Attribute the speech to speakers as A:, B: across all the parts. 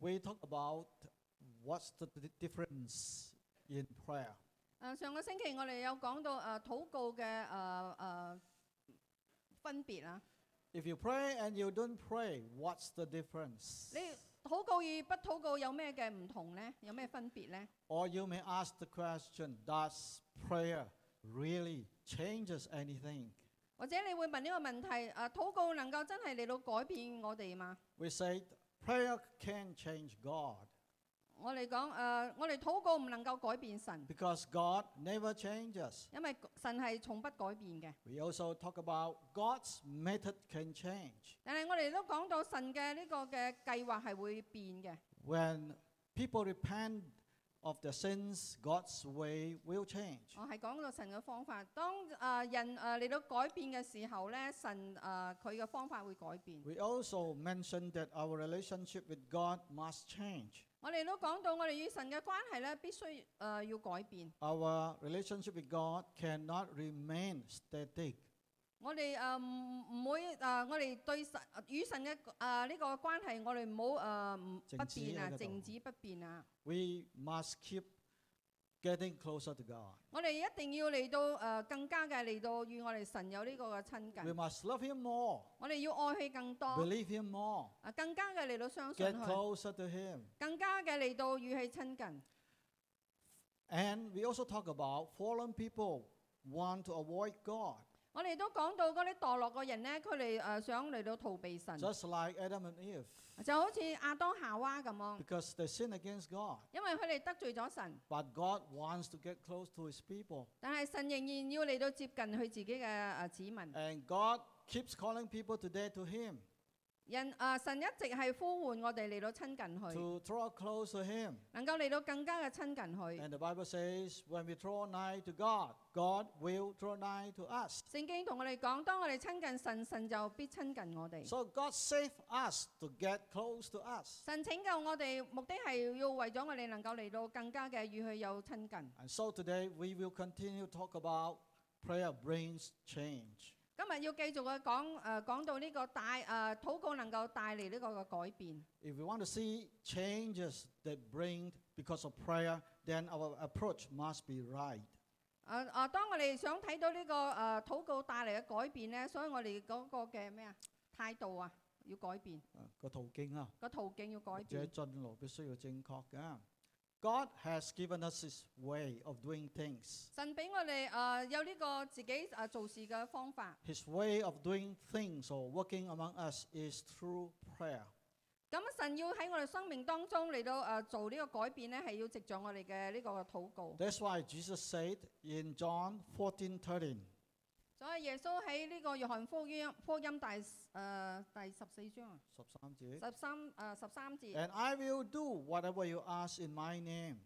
A: we talked about what's the di- difference in prayer.
B: 啊，上個星期我哋有講到啊禱告嘅啊啊分別啊，
A: If you pray and you don't pray, what's the difference?
B: 你禱告與不禱告有咩嘅唔同咧？有咩分別咧？
A: Or you may ask the question Does prayer really changes anything?
B: 或者你會問呢個問題啊，禱告能夠真係嚟到改變我哋嘛？
A: We say prayer can change God
B: 我哋講啊，我哋禱告唔能夠改變神，
A: because God never changes.
B: 因為神係從不改變嘅。
A: We also talk about God's method can change.
B: 但係我哋都講到神嘅呢個嘅計劃係會變嘅。
A: When people repent of their sins, God's way will change.
B: 我係講到神嘅方法。當啊、人啊嚟、到改變嘅時候咧，神啊佢嘅方法會改變。
A: We also mentioned that our relationship with God must change.
B: 我哋都講到我哋與神嘅關係咧，必須誒、呃要改變。
A: Our relationship with God cannot remain static.
B: 我哋誒唔唔會誒、呃我哋對神與神嘅誒呢個關係，我哋唔好誒呃唔
A: 靜
B: 不
A: 止
B: 變
A: 喺
B: 啊，
A: 嗰度
B: 靜止不變啊。
A: We must keep getting closer to God.
B: 我哋一定要嚟到誒、呃更加嘅嚟到與我哋神有呢個嘅親
A: We
B: 近。
A: must love Him more,
B: 我哋要愛佢更多，
A: believe Him more,
B: 啊更加嘅嚟到相信
A: get
B: 佢，
A: closer to Him.
B: 更加嘅嚟到與佢親近。
A: And we also talk about fallen people want to avoid God,
B: 我哋都講到嗰啲墮落嘅人咧，佢哋誒想嚟到逃避神，
A: just like Adam and Eve,
B: 就好似亞當夏娃咁樣，
A: because they sin against God.
B: 因為佢哋得罪咗神，
A: But God wants to get close to His people,
B: 但係神仍然要嚟到接近佢自己嘅誒子民。
A: and God keeps calling people today to Him.
B: 人誒、呃神一直係呼喚我哋嚟到親近佢，
A: to draw close to Him.
B: 能夠嚟到更加嘅親近佢。
A: And the Bible says, when we draw nigh to God, God will draw nigh to us.
B: 聖經同我哋講，當我哋親近神，神就必親近我哋。
A: So God saved us to get close to us.
B: 神拯救我哋，目的係要為咗我哋能夠嚟到更加嘅與佢有親近。
A: And so today we will continue to talk about prayer brings change.
B: 今日要繼續嘅講誒講到呢個帶誒、呃、禱告能夠帶嚟呢個嘅改變。
A: If we want to see changes that bring because of prayer, then our approach must be right.
B: 啊啊！當我哋想睇到呢、個誒禱告帶嚟嘅改變咧，所以我哋嗰個嘅咩啊態度啊要改變，
A: À, Uh, Có途徑啊，
B: 個途徑要改
A: 或者
B: 變。
A: 進路必須要正確嘅。God has given us His way of doing things.
B: 神俾我哋誒、呃有呢個自己誒、呃做事嘅方法。
A: His way of doing things or working among us is through prayer.
B: 咁神要喺我哋生命當中嚟到誒、呃做呢個改變咧，係要藉助我哋嘅呢個禱告。
A: That's why Jesus said in John 14 13,
B: 所以耶穌喺呢個約翰福音福音第誒、呃第十四章啊，十三誒十三節。
A: and I will do whatever you ask in my name.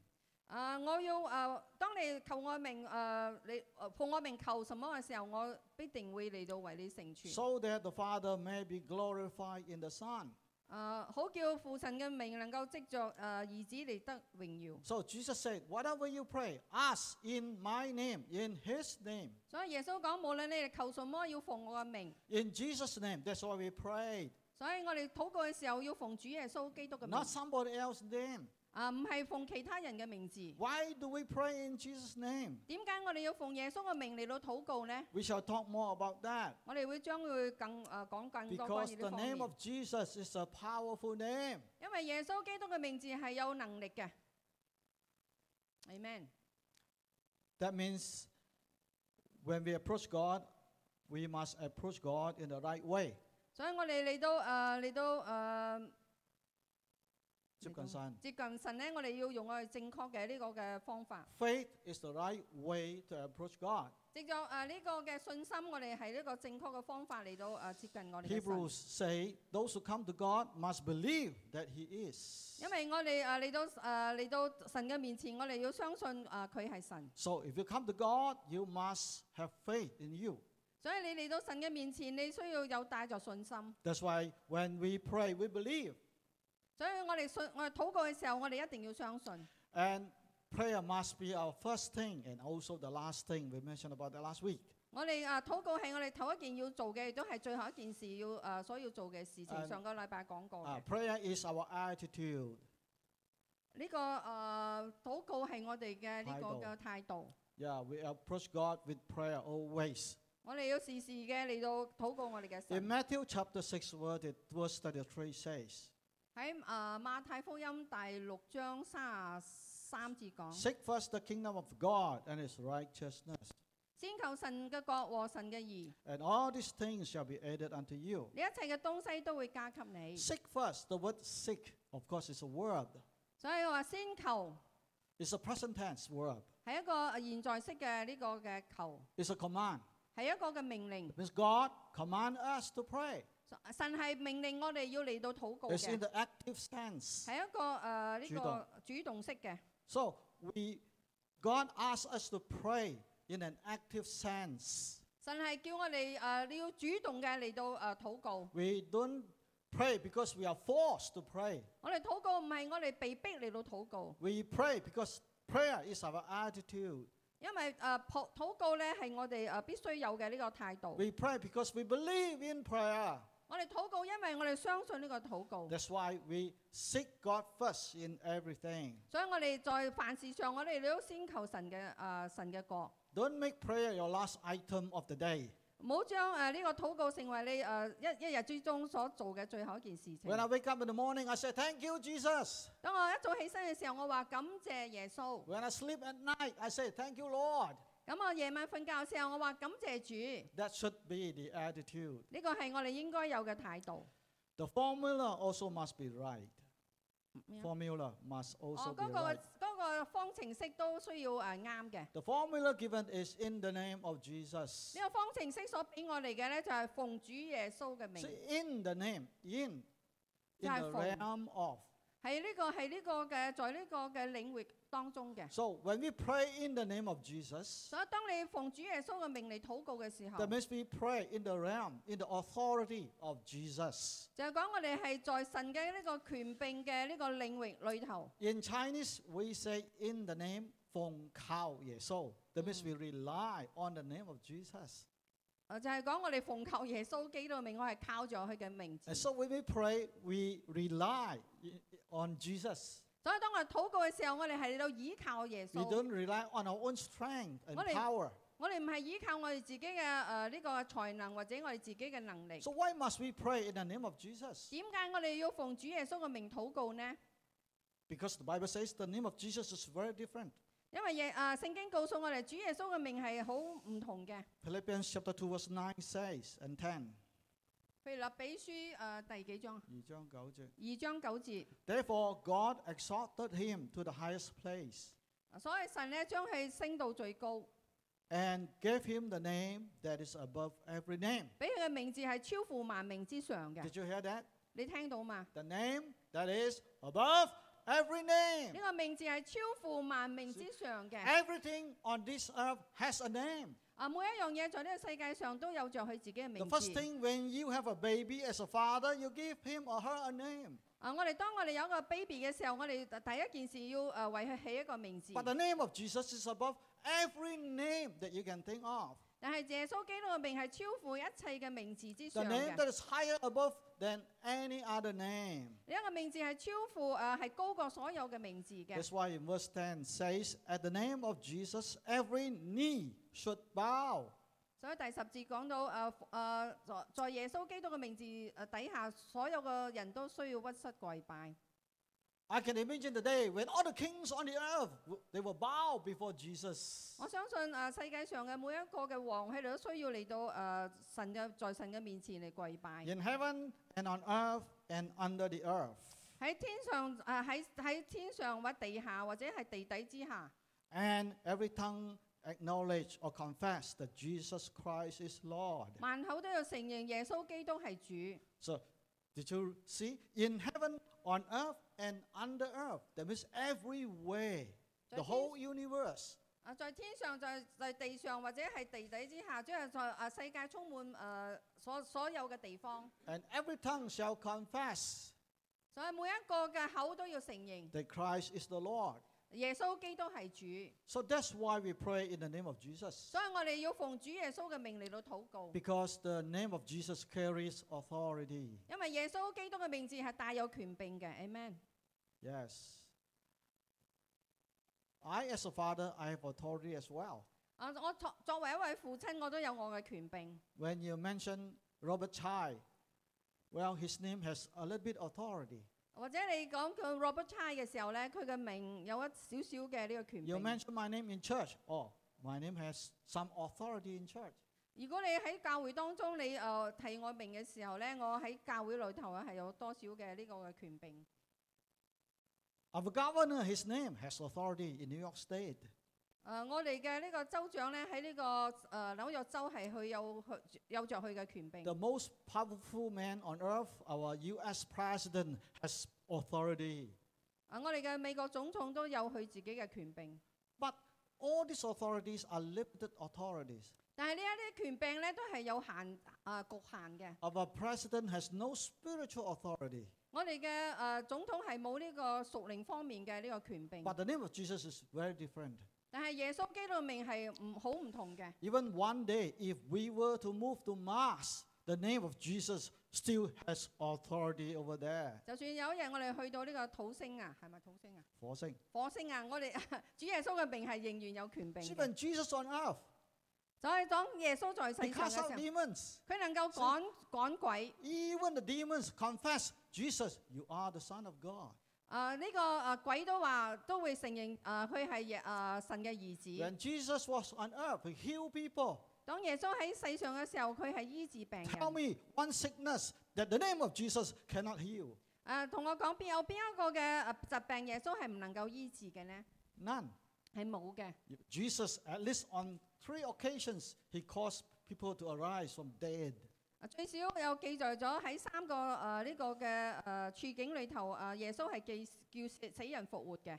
B: 啊！我要啊！當你求我名啊，你啊奉我名求什麼嘅時候，我必定會嚟到為你成全。
A: So that the Father may be glorified in the Son.
B: 啊！好叫父神嘅名能夠積着啊兒子嚟得榮耀。
A: So Jesus said, Whatever you pray, ask in my name, in his name,
B: 所以耶穌講，無論你哋求什麼，要奉我嘅名。
A: in Jesus' name. That's why we prayed.
B: 所以我哋禱告嘅時候，要奉主耶穌基督嘅名
A: Not somebody else's name.
B: 啊，唔係奉其他人嘅名字。
A: Why do we pray in Jesus' name?
B: 點解我哋要奉耶穌嘅名嚟到禱告呢？
A: We shall talk more about that.
B: 我哋會將會更啊講更多關
A: Because
B: 於呢
A: the
B: 方
A: name
B: 面，
A: of Jesus is a powerful name.
B: 因為耶穌基督嘅名字係有能力嘅。Amen。
A: That means when we approach God, we must approach God in the right way.
B: 所以我哋嚟到誒嚟到誒
A: 接近
B: 嚟到
A: 神
B: 接近神咧，我哋要用我哋正確嘅呢個嘅方法，
A: Faith is the right way to approach God.
B: 藉助誒呢個嘅信心，我哋係呢個正確嘅方法嚟到誒接近我哋嘅神。
A: Hebrews say those who come to God must believe that He is.
B: 因為我哋啊誒嚟到誒嚟到神嘅面前，我哋要相信誒佢係神，
A: So if you come to God, you must have faith in you.
B: 所以你嚟到神嘅面前，你需要有帶着信心。
A: That's why when we pray, we believe.
B: 所以我哋信我哋禱告嘅時候，我哋一定要相信。
A: And prayer must be our first thing and also the last thing we mentioned about that last week.
B: 我哋啊禱告係我哋頭一件要做嘅，亦都係最後一件事要啊所要做嘅事情。
A: 嗯
B: 上個禮拜講過
A: Uh,
B: 嘅，
A: prayer is our attitude.
B: 呢個啊禱告係我哋嘅
A: 態
B: 呢個
A: 度
B: 嘅態度。
A: Yeah, we approach God with prayer always.
B: 我哋要時時嘅嚟到禱告我哋嘅
A: In
B: 神。
A: Matthew chapter 6, verse th- verse 33 says,
B: 喺啊馬太福音第六章三十三節講。
A: Seek first the kingdom of God and his righteousness,
B: 先求神嘅國和神嘅義，
A: and all these things shall be added unto you.
B: 你一切嘅東西都會加給你。
A: Seek first, the word seek, of course, is a verb.
B: 所以我話先求
A: It's a present tense verb.
B: 係一個現在式嘅呢個嘅求，
A: It's a command.
B: 係一個嘅命令
A: It。means God command us to pray.
B: 神係命令我哋要嚟到禱告
A: It's in
B: 嘅，
A: the active sense.
B: 係一個誒呢
A: 主動
B: 個主動式嘅。
A: So we, God asks us to pray in an active sense.
B: 神係叫我哋誒你要主動嘅嚟到誒呃禱告。
A: We don't pray because we are forced to pray.
B: 我哋禱告唔係我哋被逼嚟到禱告，
A: We pray because prayer is our attitude.
B: 因為誒禱禱告咧係我哋誒呃必須有嘅呢個態度。
A: We pray because we believe in prayer.
B: 我哋禱告，因為我哋相信呢個禱告。
A: That's why we seek God first in everything.
B: 所以我哋在凡事上，我哋都先求神嘅啊、神嘅國，
A: Don't make prayer your last item of the day.
B: 唔好將誒呢個禱告成為你誒、呃一一日之中所做嘅最後一件事情。
A: When I wake up in the morning, I say, Thank you, Jesus.
B: 當我一早起身嘅時候，我話感謝耶穌。
A: When I sleep at night, I say, Thank you, Lord.
B: 咁我夜晚瞓覺嘅時候，我話感謝主。
A: That should be the attitude.
B: 呢個係我哋應該有嘅態度。
A: The formula also must be right.
B: 咩啊
A: Formula must also
B: 哦，
A: be
B: 嗰、個
A: right.
B: 嗰個方程式都需要誒啱嘅。呢、
A: The formula given is in the name of Jesus.
B: 個方程式所俾我哋嘅咧，就係、奉主耶穌嘅名
A: So，in the name, in, in
B: Dạ,
A: the
B: phòng.
A: realm of.
B: 係呢、個係呢個嘅，在呢個嘅領域當中嘅。
A: So when we pray in the name of Jesus,
B: 所以當你奉主耶穌嘅命嚟禱告嘅時候，
A: that means we pray in the realm, in the authority of Jesus.
B: 就係講我哋係在神嘅呢個權柄嘅呢個領域裏頭。
A: In Chinese, we say in the name Phong Kao Ye So. That means
B: Mm.
A: we rely on the name of Jesus.
B: 誒就係講我哋奉求耶穌基督嘅名，我係靠住佢嘅名字。
A: And
B: 所
A: so when we pray, we rely i- on Jesus.
B: 以當我哋禱告嘅時候，我哋係嚟到倚靠耶
A: We
B: 穌，
A: don't rely on our own strength and
B: What is-
A: power.
B: 我哋唔係倚靠我哋自己嘅誒呢個才能或者我哋自己嘅能力。
A: So why must we pray in the name of Jesus?
B: 點解我哋要奉主耶穌嘅名禱告呢？
A: Because the Bible says the name of Jesus is very different.
B: 因為耶誒聖經告訴我哋，主耶穌嘅名係好唔同嘅。
A: Philippians chapter 2 verse 9 says and 10.
B: 譬如立比書誒、呃第幾章啊？二章九節。
A: Therefore God exalted him to the highest place
B: 啊所以神咧將佢升到最高，
A: and gave him the name that is above every name.
B: 俾佢嘅名字係超乎萬名之上嘅。
A: Did you hear that?
B: 你聽到嘛？
A: The name that is above every name.
B: 呢個名字係超乎萬名之上嘅。
A: Everything on this earth has a name.
B: 啊，每一樣嘢在呢個世界上都有着佢自己
A: The
B: 嘅名
A: first
B: 字。
A: thing when you have a baby as a father, you give him or her a name.
B: 啊，我哋當我哋有個 baby 嘅時候，我哋第一件事要誒為佢起一個名字。
A: But the name of Jesus is above every name that you can think of.
B: 但係耶穌基督嘅名係超乎一切嘅名字之
A: The
B: 上
A: name
B: 嘅。呢
A: that is higher above than any other name.
B: 一個名字係超乎誒係高過所有嘅名字嘅。
A: That's why in verse 10 says, At the name of Jesus, every knee should bow.
B: 所以第十節講到誒誒、呃在在耶穌基督嘅名字誒底下，所有嘅人都需要屈膝跪拜。
A: I can imagine the day when all the kings on the earth w- they will bow before Jesus.
B: 我相信誒、呃世界上嘅每一個嘅王，佢哋都需要嚟到誒、呃神嘅在神嘅面前嚟跪拜。
A: In heaven and on earth and under the earth.
B: 喺天上誒呃喺喺天上或地下或者係地底之下，
A: And every tongue acknowledge or confess that Jesus Christ is Lord.
B: 萬口都要承認耶穌基督係主。
A: So did you see? In heaven, on earth, and under earth. That means every way.
B: 在
A: The
B: 天
A: whole universe.
B: 啊，在天上在在地上或者係地底之下，即係在啊世界充滿誒、呃所所有嘅地方，
A: And every tongue shall confess
B: 所以每一個嘅口都要承認
A: that Christ is the Lord.
B: 耶穌基督係主，
A: So that's why we pray in the name of Jesus.
B: 所以我哋要奉主耶穌嘅命嚟到禱告，
A: Because the name of Jesus carries authority.
B: 因為耶穌基督嘅名字係大有權柄嘅，amen。
A: Yes. I, as a father, I have authority as well.
B: 啊，我作作為一位父親，我都有我嘅權柄。
A: When you mention Robert Chai, well, his name has a little bit authority.
B: 或者你講佢 Robert Chai 嘅時候咧，佢嘅名有一少少嘅呢個權
A: You
B: 柄。
A: mention my name in church. Oh, my name has some authority in church.
B: 如果你喺教會當中你誒、呃提我名嘅時候咧，我喺教會裏頭啊係有多少嘅呢個嘅權柄。
A: Our governor, his name has authority in New York State.
B: 誒、呃我哋嘅呢個州長咧喺呢、個誒、呃、紐約州係佢有佢有着佢嘅權柄。
A: The most powerful man on earth, our U.S. president, has authority.
B: 啊，我哋嘅美國總統都有佢自己嘅權柄，
A: But all these authorities are limited authorities.
B: 但係呢一啲權柄咧都係有限啊、局限嘅。
A: Our president has no spiritual authority.
B: 我哋嘅誒總統係冇呢個屬靈方面嘅呢個權柄，
A: But the name of Jesus is very different.
B: 但係耶穌基督嘅名係唔好唔同嘅。
A: Even one day, if we were to move to Mars, the name of Jesus still has authority over there.
B: 就算有一日我哋去到呢個土星啊，係咪土星啊？
A: For saying,
B: 火星啊，我哋 主耶穌嘅名係仍然有權柄
A: See,
B: 嘅。
A: when Jesus on earth,
B: 就係講耶穌在
A: he
B: 世上
A: cast
B: 嘅時
A: out
B: 候，
A: demons.
B: 佢能夠趕趕鬼。
A: Even the demons confess, Jesus, you are the Son of God.
B: 啊！呢、個啊鬼都話都會承認啊，佢係耶啊神嘅兒子。
A: When Jesus was on earth, he healed people.
B: 當耶穌喺世上嘅時候，佢係醫治病
A: Tell
B: 人。
A: me one sickness that the name of Jesus cannot heal.
B: 啊，同我講邊有邊一個嘅啊疾病耶穌係唔能夠醫治嘅呢？
A: None.
B: 係冇嘅。
A: Jesus, at least on three occasions, he caused people to arise from dead.
B: 啊最少有記載咗喺三個誒呢、個嘅誒、呃處境裏頭，誒、耶穌係記叫死死人復活嘅。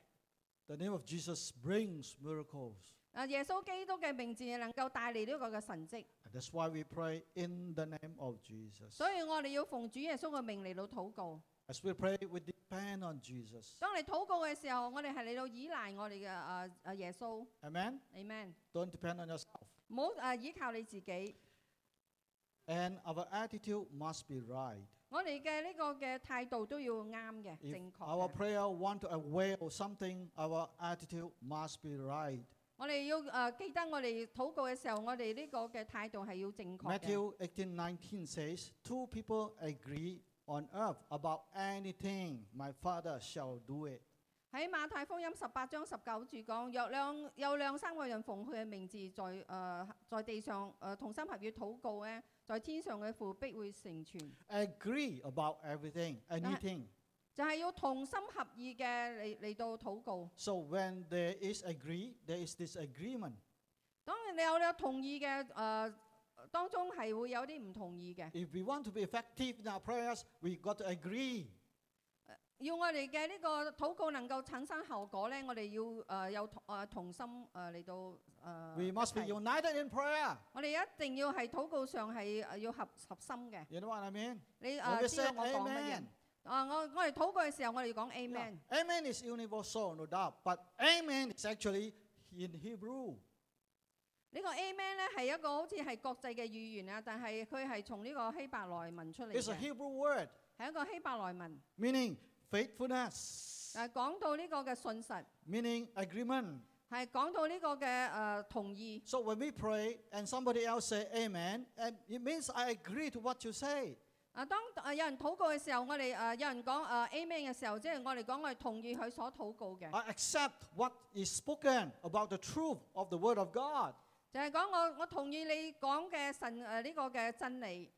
A: The name of Jesus brings miracles.
B: 啊，耶穌基督嘅名字能夠帶嚟呢個嘅神蹟，
A: And that's why we pray in the name of Jesus.
B: 所以我哋要奉主耶穌嘅命嚟到禱告。
A: As we pray, we depend on Jesus.
B: 當你禱告嘅時候，我哋係嚟到依賴我哋嘅誒誒耶穌
A: Amen.
B: ，Amen。
A: Don't depend on yourself.
B: 唔好誒依靠你自己。
A: And our attitude must be right.
B: 我哋嘅呢個嘅態度都要啱嘅，
A: If
B: 正確
A: our
B: 嘅。
A: prayer want to avail something, our attitude must be right.
B: 我哋要誒、呃、記得，我哋禱告嘅時候，我哋呢個嘅態度係要正確嘅。
A: Matthew 18 19 says, Two people agree on earth about anything, my Father shall do it.
B: 喺馬太福音十八章十九節講，有兩有兩三個人奉佢嘅名字在誒、呃在地上誒、呃同心合意禱告咧，在天上嘅父必會成全，
A: Agree about everything, anything.
B: 就係、要同心合意嘅嚟嚟到禱告。
A: So when there is agree, there is disagreement.
B: 當然你有你有同意嘅誒、呃，當中係會有啲唔同意嘅。
A: If we want to be effective in our prayers, we got to agree.
B: 要我哋嘅呢個禱告能夠產生效果咧，我哋要誒、呃有同誒、呃同心誒嚟、到誒。呃
A: We must be
B: 一齊
A: united in prayer.
B: 我哋一定要係禱告上係呃要合合心嘅。
A: You know what I mean?
B: 你
A: When
B: 啊
A: we
B: 知
A: say
B: 道我講乜嘢
A: amen,？
B: 啊，我我哋禱告嘅時候，我哋要講
A: yeah,
B: amen。
A: amen is universal, no doubt. But amen is actually in Hebrew.
B: 呢個 amen 咧係一個好似係國際嘅語言啊，但係佢係從呢個希伯來文出嚟
A: It's a
B: 嘅，
A: Hebrew word
B: 係一個希伯來文。
A: meaning faithfulness,
B: 誒講到呢個嘅信實，
A: meaning agreement.
B: 係講到呢個嘅誒、呃同意。
A: So when we pray and somebody else say amen, and it means I agree to what you say.
B: 啊，當啊有人禱告嘅時候，我哋誒、呃有人講誒、呃 amen 嘅時候，即係我哋講我哋同意佢所禱告嘅，
A: I accept what is spoken about the truth of the word of God.
B: 就係講我我同意你講嘅神誒呢、個嘅真理，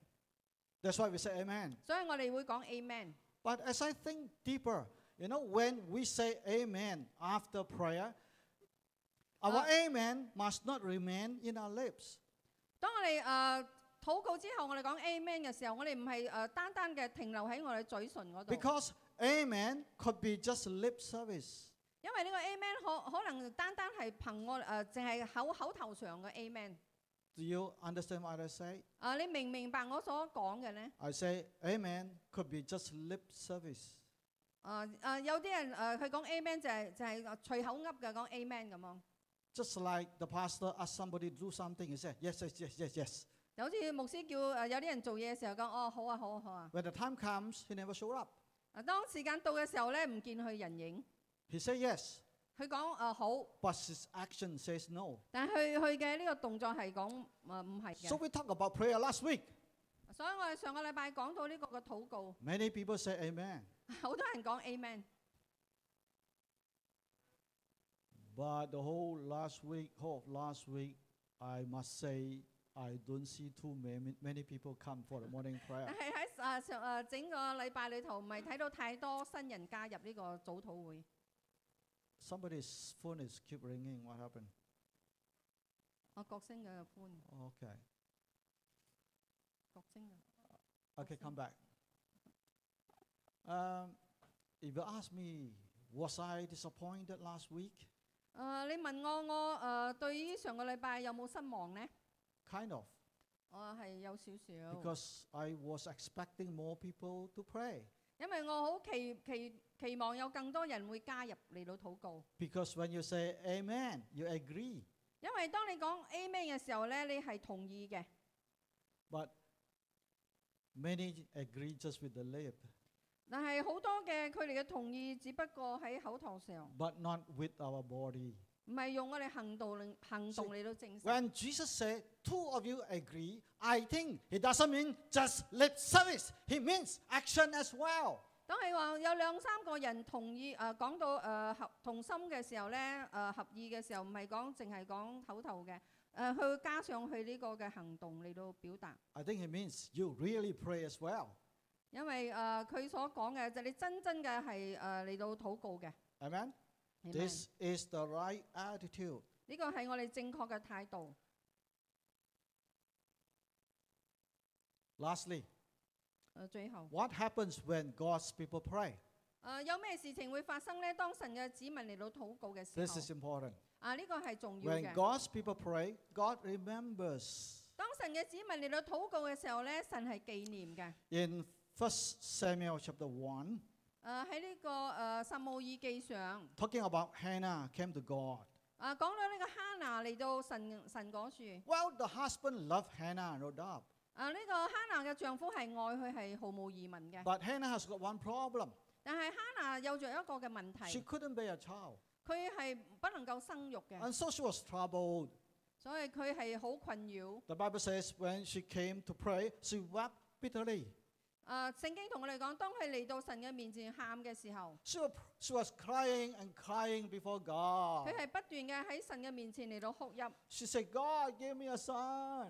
A: That's why we say amen.
B: 所以我哋會講 amen。
A: But as I think deeper, you know, when we say amen after prayer, our amen must not remain in our lips.
B: 當我哋誒禱告之後，我哋講 Amen 嘅時候，我哋唔係誒單單嘅停留喺我哋嘴唇嗰度，
A: Because amen could be just lip service.
B: 因為呢個 Amen 可可能單單係憑我誒淨係口口頭上嘅 Amen。
A: Do you understand what I say?
B: 啊，你明唔明白我所講嘅呢？
A: I say amen could be just lip service.
B: 啊啊啊！有啲人誒，佢講 Amen 就係就係隨口噏嘅講 Amen 咁咯。
A: Just like the pastor asked somebody to do something, he said, yes, yes, yes, yes, yes.
B: 就好似牧師叫誒有啲人做嘢嘅時候講哦好啊好啊好啊。
A: When the time comes, he never showed up.
B: 啊當時間到嘅時候咧，唔見佢人影，
A: He said yes,
B: 佢講誒好，
A: but his action says no.
B: 但係佢佢嘅呢個動作係講誒唔係
A: So
B: 嘅。
A: we talked about prayer last week.
B: 所以我哋上個禮拜講到呢個嘅禱告，
A: Many people say amen,
B: 好多人講 Amen，
A: but the whole last week, whole of last week, I must say I don't see too many, many people come for the morning
B: 但
A: prayer.
B: 係喺誒上誒整個禮拜裏頭，唔係睇到太多新人加入呢個早禱會。
A: Somebody's phone is keep ringing. What happened?
B: 我國星嘅歡，
A: Okay,
B: 國星嘅
A: okay, come back. Um, if you ask me, was I disappointed last week?
B: 呃誒，你問我我誒、對於上個禮拜有冇失望呢？
A: Kind of.
B: 我係有少少，
A: because I was expecting more people to pray.
B: 因為我好期期期望有更多人會加入嚟到禱告。
A: Because when you say amen, you agree.
B: 因為當你講 Amen 嘅時候呢，你係同意嘅，
A: But many agree just with the lip,
B: 但係好多嘅佢哋嘅同意只不過喺口頭上，
A: but not with our body.
B: 唔係用我哋行動嚟行動嚟到證實。
A: When Jesus said, two of you agree, I think he doesn't mean just lip service, he means action as well.
B: 當係話有兩三個人同意誒講、到誒、合同心嘅時候呢，誒、合意嘅時候，唔係講淨係講口頭嘅，誒、佢加上佢呢個嘅行動嚟到表達。
A: I think he means you really pray as well.
B: 因為誒呃佢、所講嘅就你真真嘅係誒嚟到禱告嘅，
A: Amen?
B: Amen
A: This is the right attitude.
B: 呢個係我哋正確嘅態度。
A: Lastly,
B: 誒、呃最後誒、呃
A: what happens when God's people pray?
B: 有咩事情會發生呢？當神嘅子民嚟到禱告嘅時
A: This is
B: 候，
A: important.
B: 啊呢、個係重要
A: When
B: 嘅。
A: God's people pray, God remembers.
B: 當神嘅子民嚟到禱告嘅時候呢，神係紀念嘅。
A: In 1 Samuel chapter 1,
B: 誒呃喺呢個誒撒母耳記上，
A: talking about Hannah came to God.
B: 啊講到呢個哈拿嚟到神神嗰處，
A: Well, the husband loved Hannah, no doubt.
B: 啊呢、個哈拿嘅丈夫係愛佢係毫無疑問嘅，
A: But Hannah has got one problem.
B: 但係哈拿有着一個嘅問題，
A: She couldn't bear a child.
B: 佢係不能夠生育嘅。
A: And so she was troubled.
B: 所以佢係好困擾。
A: The Bible says when she came to pray, she wept bitterly.
B: 啊、聖經同我哋講，當佢嚟到神嘅面前喊嘅時候，
A: She was, she was crying and crying before God.
B: 佢係不斷嘅喺神嘅面前嚟到哭泣。
A: She said, God, give me a son.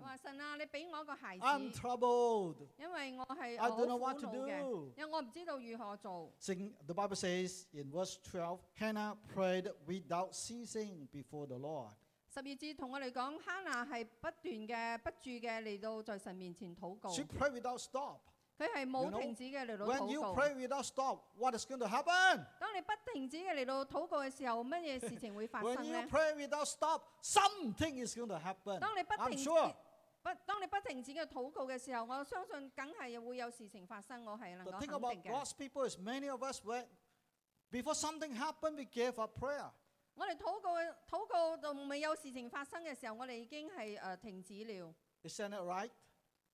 B: 我話神啊，你俾我一個孩子，
A: 嗯 I'm troubled.
B: 因為我
A: I
B: 係好苦
A: don't know what to
B: 惱嘅，
A: do.
B: 因為我唔知道如何做。
A: Sing, the Bible says in verse 12, Hannah prayed without ceasing before the Lord.
B: 十二節同我哋講，哈拿係不斷嘅、不住嘅嚟到在神面前禱告，
A: She
B: 佢
A: prayed without stop.
B: 係
A: You
B: 冇
A: know,
B: 停止嘅嚟到
A: When you
B: 禱告。
A: pray without stop, what is going to happen?
B: 當你不停止嘅嚟到禱告嘅時候，乜嘢事情會發
A: When
B: 生
A: you
B: 呢？
A: pray without stop, something is going to happen.
B: 當你不
A: I'm
B: 停止
A: sure
B: 不，當你不停止嘅禱告嘅時候，我相信梗係會有事情發生，我係能
A: The
B: 夠
A: thing about
B: 肯定嘅。
A: God's people is many of us, when, before something happened, we gave up prayer.
B: 我哋禱告嘅禱告到未有事情發生嘅時候，我哋已經係誒、呃停止了。
A: Isn't it right?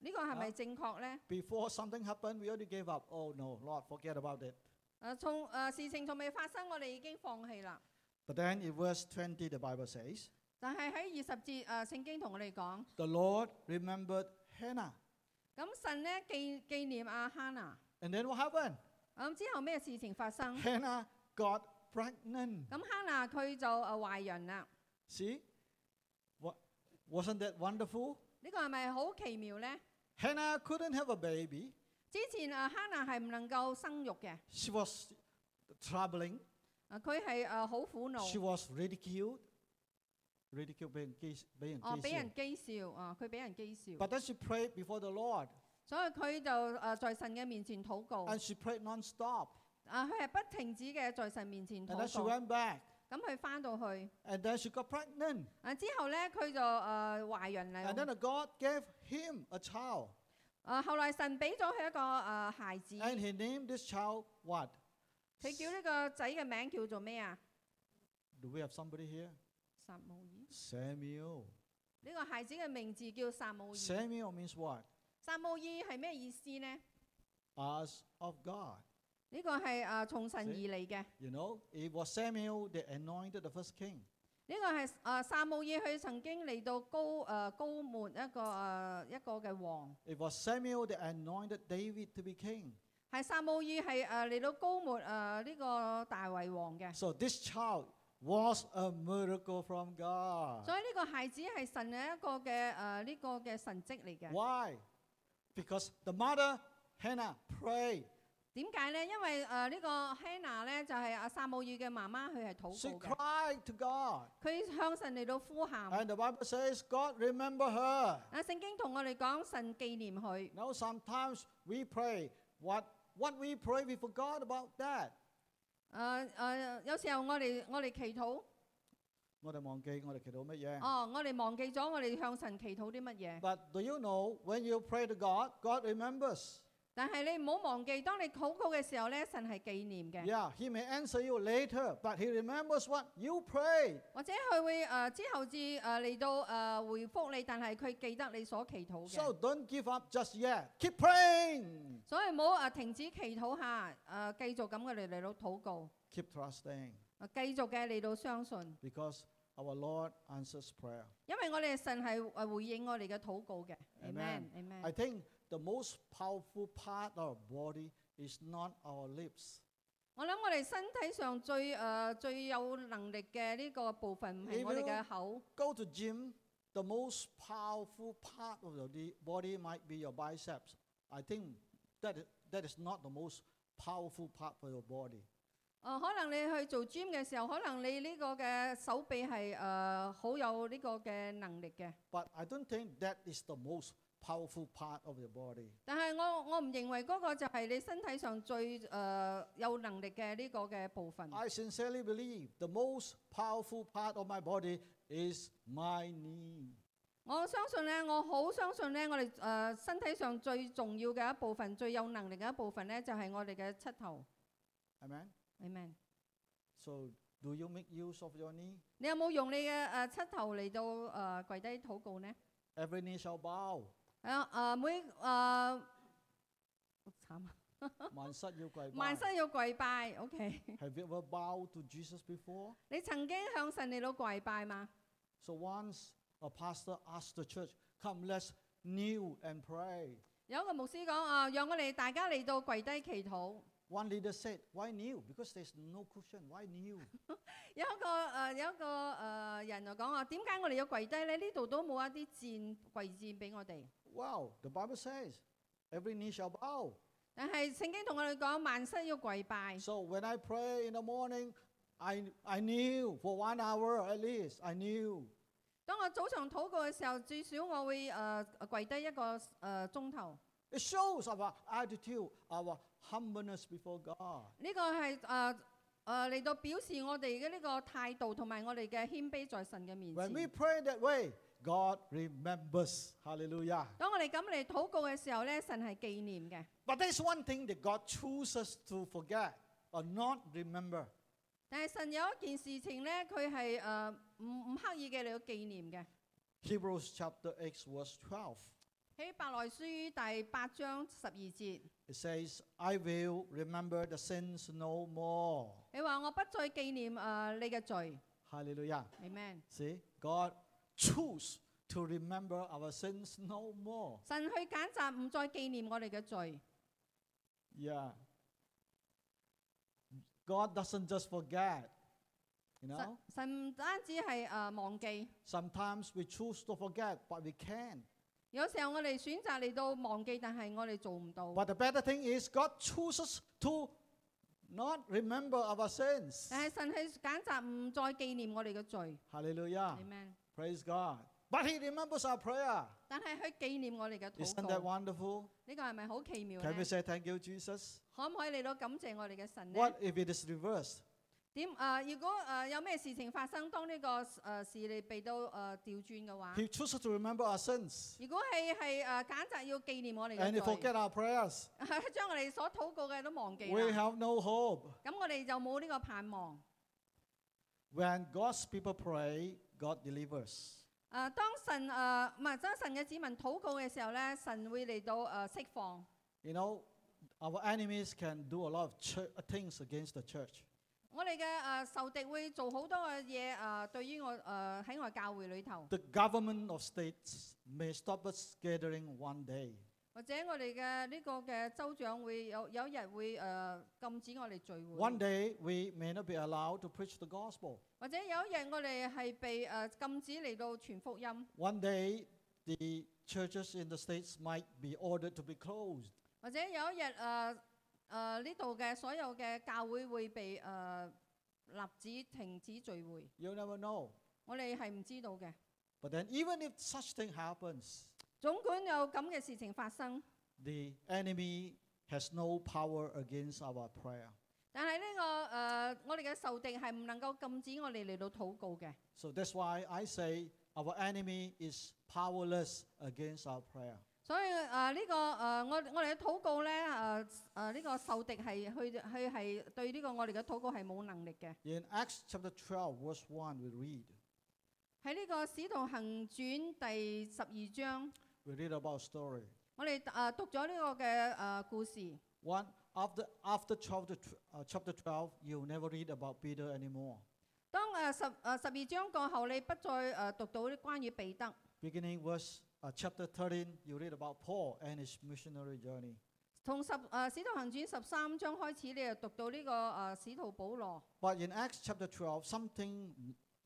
B: 呢、個係
A: 啊
B: 咪正確呢？
A: Before something happened, we already gave up. Oh no, Lord, forget about it.
B: 誒、從誒、呃事情仲未發生，我哋已經放棄啦。
A: But then in verse 20, the Bible says,
B: 但係喺二十節誒、呃、聖經同我哋講，
A: The Lord remembered Hannah.
B: 咁神呢紀紀念阿哈娜。
A: And then what happened?
B: 咁之後咩事情發生？
A: Hannah got pregnant.
B: 咁哈娜佢就誒懷孕啦。
A: See? What, wasn't that wonderful?
B: 呢、個係咪好奇妙呢？
A: Hannah couldn't have a baby.
B: 之前誒哈娜係唔能夠生育嘅，
A: She was troubling.
B: 誒佢係誒好苦
A: She
B: 惱，
A: was ridiculed. Ridiculed being kis- being
B: 哦俾
A: kissed.
B: 人譏笑，啊佢俾人譏笑。
A: But then she prayed before the Lord
B: 所以佢就誒、呃在神嘅面前禱告，
A: and she prayed non-stop.
B: 啊佢係不停止嘅在神面前禱
A: And then she
B: 告。
A: went back.
B: 咁佢翻到去，
A: And then she got pregnant.
B: 啊之後咧佢就誒、呃、懷孕
A: And then the
B: 啦。
A: God gave him a child.
B: 啊後來神俾咗佢一個誒、呃孩子，
A: And he named this child what?
B: 佢叫呢個仔嘅名叫做咩啊？
A: Do we have somebody here?
B: 撒母耳。
A: Samuel.
B: 呢個孩子嘅名字叫撒母耳。
A: Samuel means what?
B: 撒母耳係咩意思呢？
A: As of God.
B: 呢個係啊從神而嚟嘅。
A: You know, it was Samuel that anointed the first king.
B: 呢個係啊撒母耳，佢曾經嚟到高誒、呃高門一個誒、呃一個嘅王，
A: It was Samuel that anointed David to be king.
B: 係撒母耳係誒嚟到高門誒呢個大衛王嘅，
A: So this child was a miracle from God.
B: 所以呢個孩子係神嘅一個嘅誒呢個嘅神蹟嚟嘅。
A: Why? Because the mother Hannah prayed.
B: 點解咧？因為誒、呃呢個 Hannah 咧就係、阿撒母耳嘅媽媽，佢係
A: She
B: 禱告嘅，
A: cried to God.
B: 佢向神嚟到呼喊。
A: And the Bible says God remember her.
B: 啊，聖經同我哋講神紀念佢。
A: Now sometimes we pray what what we pray we forgot about that.
B: 誒、誒、啊有時候我哋我哋祈禱，
A: 我哋忘記我哋祈禱乜嘢。
B: 哦，我哋忘記咗我哋向神祈禱啲乜嘢。
A: But do you know when you pray to God, God remembers.
B: 但係你唔好忘記，當你禱告嘅時候咧，神係紀念嘅，
A: Yeah, He may answer you later, but He remembers what you prayed.
B: 或者佢會誒、呃之後至誒嚟到誒、呃回覆你，但係佢記得你所祈禱嘅。
A: So don't give up just yet. Keep praying.
B: 所以唔好誒停止祈禱下，誒、呃、繼續咁嘅嚟嚟到禱告，
A: Keep trusting
B: 呃繼續嘅嚟到相信，
A: because our Lord answers prayer.
B: 因為我哋神係誒回應我哋嘅禱告嘅。Amen，Amen
A: Amen。I think the most powerful part of our body is not our lips.
B: 我諗我哋身體上最诶、呃最有能力嘅呢個部分唔係我哋嘅口。
A: Go to gym. The most powerful part of the di- body might be your biceps. I think that is, that is not the most powerful part for your body.
B: 诶、啊可能你去做 gym 嘅時候，可能你呢個嘅手臂係诶好有呢個嘅能力嘅。
A: But I don't think that is the most powerful part of your body.
B: 但係我我唔認為嗰個就係你身體上最诶、呃有能力嘅呢個嘅部分。
A: I sincerely believe the most powerful part of my body is my knee.
B: 我相信咧，我好相信咧，我哋诶、呃身體上最重要嘅一部分、最有能力嘅一部分咧，就係我哋嘅膝頭。
A: Amen.
B: Amen。
A: So, do you make use of your knee?
B: 你有冇用你嘅诶膝頭嚟到诶、呃跪低禱告呢？
A: Every knee shall bow.
B: 係啊，啊每啊，好慘啊！萬
A: 萬膝要跪拜。
B: 身要跪拜，OK。
A: Have you ever bowed to Jesus before?
B: 你曾經向神嚟到跪拜嘛？
A: So once a pastor asked the church, come, let's kneel and pray.
B: 有一個牧師講啊，讓我哋大家嚟到跪低祈禱。
A: One leader said, why kneel? Because there's no cushion. Why kneel?
B: 有一個誒、呃有一個誒、呃人就講啊，點解我哋要跪低咧？呢度都冇一啲箭跪箭俾我哋。
A: wow, the Bible says, every knee shall bow.
B: 但係聖經同我哋講，萬身要跪拜。
A: So when I pray in the morning, I, I kneel for one hour at least. I kneel.
B: 當我早上禱告嘅時候，至少我會誒、呃跪低一個誒、呃、鐘頭。
A: It shows our attitude, our humbleness before God.
B: 呢個係誒誒嚟到表示我哋嘅呢個態度同埋我哋嘅謙卑在神嘅面
A: When we
B: 前。
A: pray that way, God remembers. Hallelujah.
B: 當我哋咁嚟禱告嘅時候咧，神係紀念嘅。
A: But there's one thing that God chooses to forget or not remember.
B: 但係神有一件事情咧，佢係誒唔唔刻意嘅嚟到紀念嘅。
A: Hebrews chapter 8, verse 12.
B: 喺白內書第八章十二節，
A: It says, I will remember the sins no more.
B: 你話我不再紀念誒、呃你嘅罪
A: Hallelujah.
B: ，amen。
A: See, God choose to remember our sins no more.
B: 神去揀擇唔再紀念我哋嘅罪。
A: Yeah. God doesn't just forget. You
B: 神
A: know,
B: 神唔單止係誒、呃忘記，
A: sometimes we choose to forget, but we can.
B: 有時候我哋選擇嚟到忘記，但係我哋做唔到。
A: But the better thing is God chooses to not remember our sins.
B: 但係神係揀擇唔再紀念我哋嘅罪
A: Hallelujah.
B: ，amen。
A: Praise God. But He remembers our prayer.
B: 但係佢紀念我哋嘅禱
A: Isn't that
B: 告，
A: wonderful?
B: 呢個係咪好奇妙
A: Can we
B: 咧？
A: say thank you, Jesus?
B: 可唔可以嚟到感謝我哋嘅神呢？
A: What if it is reversed?
B: 點誒、呃如果誒、呃有咩事情發生，當呢、個誒、呃事例被到誒、呃、調轉嘅話，
A: He chooses to remember our sins
B: 如果係係誒揀擇要紀念我哋
A: and He
B: 嘅罪，
A: forget our prayers.
B: 將我哋所禱告嘅都忘記
A: We
B: 啦，
A: have no hope.
B: 咁我哋就冇呢個盼望。
A: When God's people pray, God delivers.
B: 誒、當神誒唔係當神嘅子民禱告嘅時候咧，神會嚟到誒、呃、釋放。
A: You know, our enemies can do a lot of chur- things against the church.
B: 我哋嘅誒仇敵會做好多嘅嘢誒，對於我誒喺、我嘅教會裏頭，
A: The government of states may stop us gathering one day.
B: 或者我哋嘅呢個嘅州長會有有一日會誒、呃禁止我哋聚會。
A: One day we may not be allowed to preach the gospel.
B: 或者有一日我哋係被誒、呃禁止嚟到傳福音，
A: One day the churches in the states might be ordered to be closed.
B: 或者有一日誒誒呢度嘅所有嘅教會會被誒、呃立止停止聚會，
A: You never know.
B: 我哋係唔知道嘅。
A: But then even if such thing happens,
B: 總管有咁嘅事情發生，
A: the enemy has no power against our prayer.
B: 但係呢、個誒、呃我哋嘅仇敵係唔能夠禁止我哋嚟到禱告嘅。
A: So that's why I say our enemy is powerless against our prayer.
B: 所以誒呢、個誒、呃我我哋嘅禱告咧誒誒呢個仇敵係去去係對呢個我哋嘅禱告係冇能力嘅。
A: In Acts chapter 12, verse 1, we read.
B: 喺呢個使徒行傳第十二章，
A: We read about story.
B: 我哋誒、呃、讀咗呢個嘅誒、呃故事。
A: One, after, after chapter, tw- uh, chapter 12, you never read about Peter anymore.
B: 當誒、呃十誒、呃十二章過後，你不再誒、呃、讀到關於彼得。
A: Beginning verse uh, chapter 13, you read about Paul and his missionary journey.
B: 從十誒、呃使徒行傳十三章開始，你就讀到呢、個誒、呃使徒保羅。
A: But in Acts chapter 12, something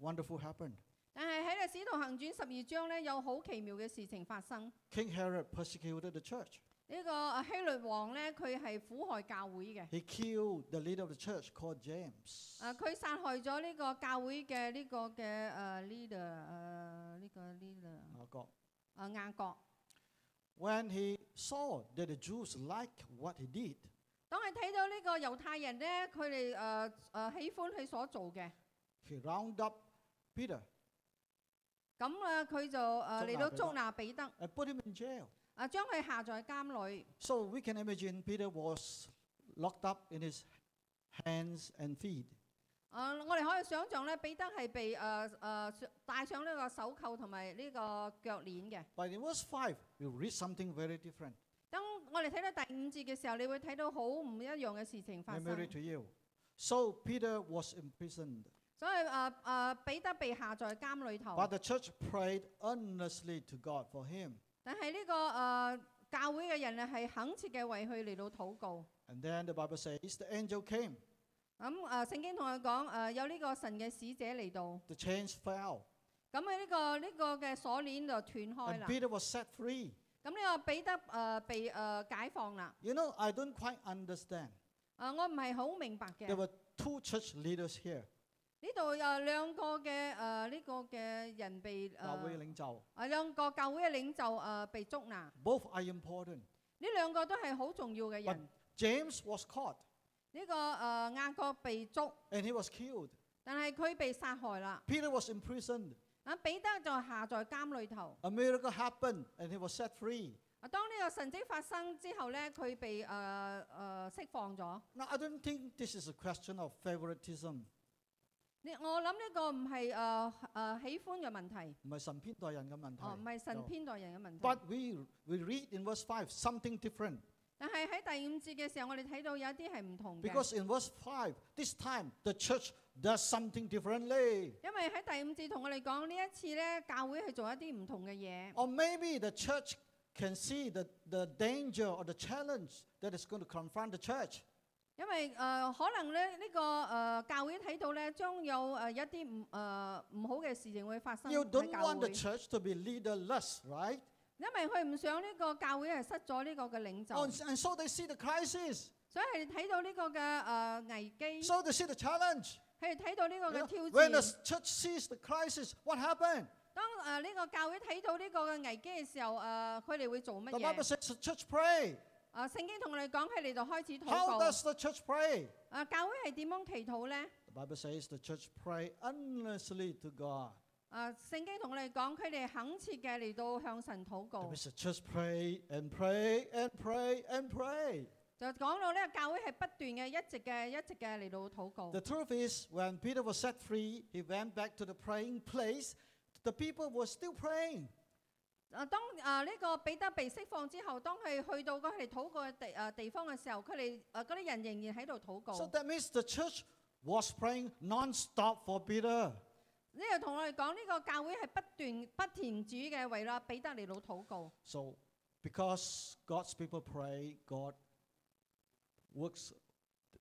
A: wonderful happened.
B: 但係喺《使徒行傳》十二章咧，有好奇妙嘅事情發生。呢、
A: King Herod persecuted the church.
B: 個啊希律王咧，佢係苦害教會嘅。
A: He killed the leader of the church called James.
B: 啊，佢殺害咗呢個教會嘅呢個嘅誒 leader 誒呢個 leader
A: Margot.
B: 啊雅各。
A: Oh, When he saw that the Jews liked what he did,
B: 當佢睇到呢個猶太人咧，佢哋誒誒喜歡佢所做嘅，
A: he rounded up Peter
B: 咁啊佢就誒嚟到捉拿彼得，
A: and put him in jail.
B: 啊將佢下在監裏。
A: So we can imagine Peter was locked up in his hands and feet.
B: 啊！我哋可以想象咧，彼得係被誒誒戴上呢個手扣同埋呢個腳鏈嘅。
A: But in verse 5, you read something very different.
B: 當我哋睇到第五節嘅時候，你會睇到好唔一樣嘅事情發
A: Let
B: 生。
A: me read to you. So Peter was imprisoned,
B: 所以誒誒、呃呃彼得被下在監裏頭，
A: but the church prayed earnestly to God for him.
B: 但係呢、個誒、呃教會嘅人咧係懇切嘅為佢嚟到禱告。
A: And then the Bible says the angel came,
B: 咁、誒、聖經同佢講誒有呢個神嘅使者嚟到，
A: the chains fell,
B: 咁佢呢個呢、個嘅鎖鏈就斷開
A: and
B: 啦。
A: Peter was set free.
B: 咁呢個彼得誒、呃被誒、呃解放啦。
A: You know, I don't quite understand.
B: 誒、我唔係好明白嘅
A: There。were two church leaders here,
B: 呢度有兩個嘅誒呢個嘅人被誒、
A: Yahweh
B: 呃、
A: Lingzhao.
B: 啊兩個教會嘅領袖誒、呃被捉拿，呢
A: Both are important.
B: 兩個都係好重要嘅人。
A: James was caught
B: 呢、個誒、呃、雅各被捉，
A: and he was killed.
B: 但係佢被殺害啦。
A: Peter was imprisoned.
B: 啊，彼得就下在監裏頭。
A: A miracle happened and he was set free.
B: 啊，當呢個神蹟發生之後咧，佢被誒誒、呃呃釋放咗。
A: Now, I don't think this is a question of favoritism.
B: 你我諗呢個唔係誒誒喜歡嘅問題，
A: 唔係神偏待人嘅問題。
B: 哦唔係神
A: No.
B: 偏待人嘅問題。
A: But we, we read in verse 5 something different.
B: 但係喺第五節嘅時候，我哋睇到有一啲係唔同嘅。
A: Because in verse 5, this time the church does something differently.
B: 因為喺第五節同我哋講呢一次咧，教會去做一啲唔同嘅嘢，
A: Or maybe the church can see the, the danger or the challenge that is going to confront the church.
B: 因為誒、呃可能咧呢、呢個誒、呃教會睇到咧，將有誒一啲唔誒唔好嘅事情會發生
A: You
B: 喺
A: don't
B: 教
A: want the
B: 會，
A: church to be leaderless, right?
B: 因為佢唔想呢個教會係失咗呢個嘅領袖
A: Oh,。and s- and so they see the crisis.
B: 所以係睇到呢個嘅誒、呃危機，
A: So they see the challenge.
B: 係睇到呢
A: You
B: 個
A: know,
B: 嘅挑
A: when the
B: 戰。
A: church sees the crisis, what happened?
B: 當呃誒呢、個教會睇到呢個嘅危機嘅時候，誒佢哋會做乜
A: The Bible
B: 嘢？
A: says the church pray.
B: 啊，聖經同我哋講係你就開始禱
A: How
B: 告。
A: does the church pray?
B: 啊，教會係點樣祈禱咧？
A: The Bible says the church pray earnestly to God.
B: 啊，聖經同我哋講，佢哋懇切嘅嚟到向神禱告
A: That。means the church pray and pray and pray and pray.
B: 就講到咧，教會係不斷嘅、一直嘅、一直嘅嚟到禱告
A: The。truth is, when Peter was set free, he went back to the praying place. The people were still praying.
B: 啊，當啊呢個彼得被釋放之後，當佢去到嗰佢哋禱告嘅地啊地方嘅時候，佢哋啊嗰啲人仍然喺度禱
A: So
B: 告。
A: that means the church was praying non-stop for Peter.
B: 呢個同我哋講，呢個教會係不斷不停止嘅為啦彼得嚟到禱告。
A: So because God's people pray, God works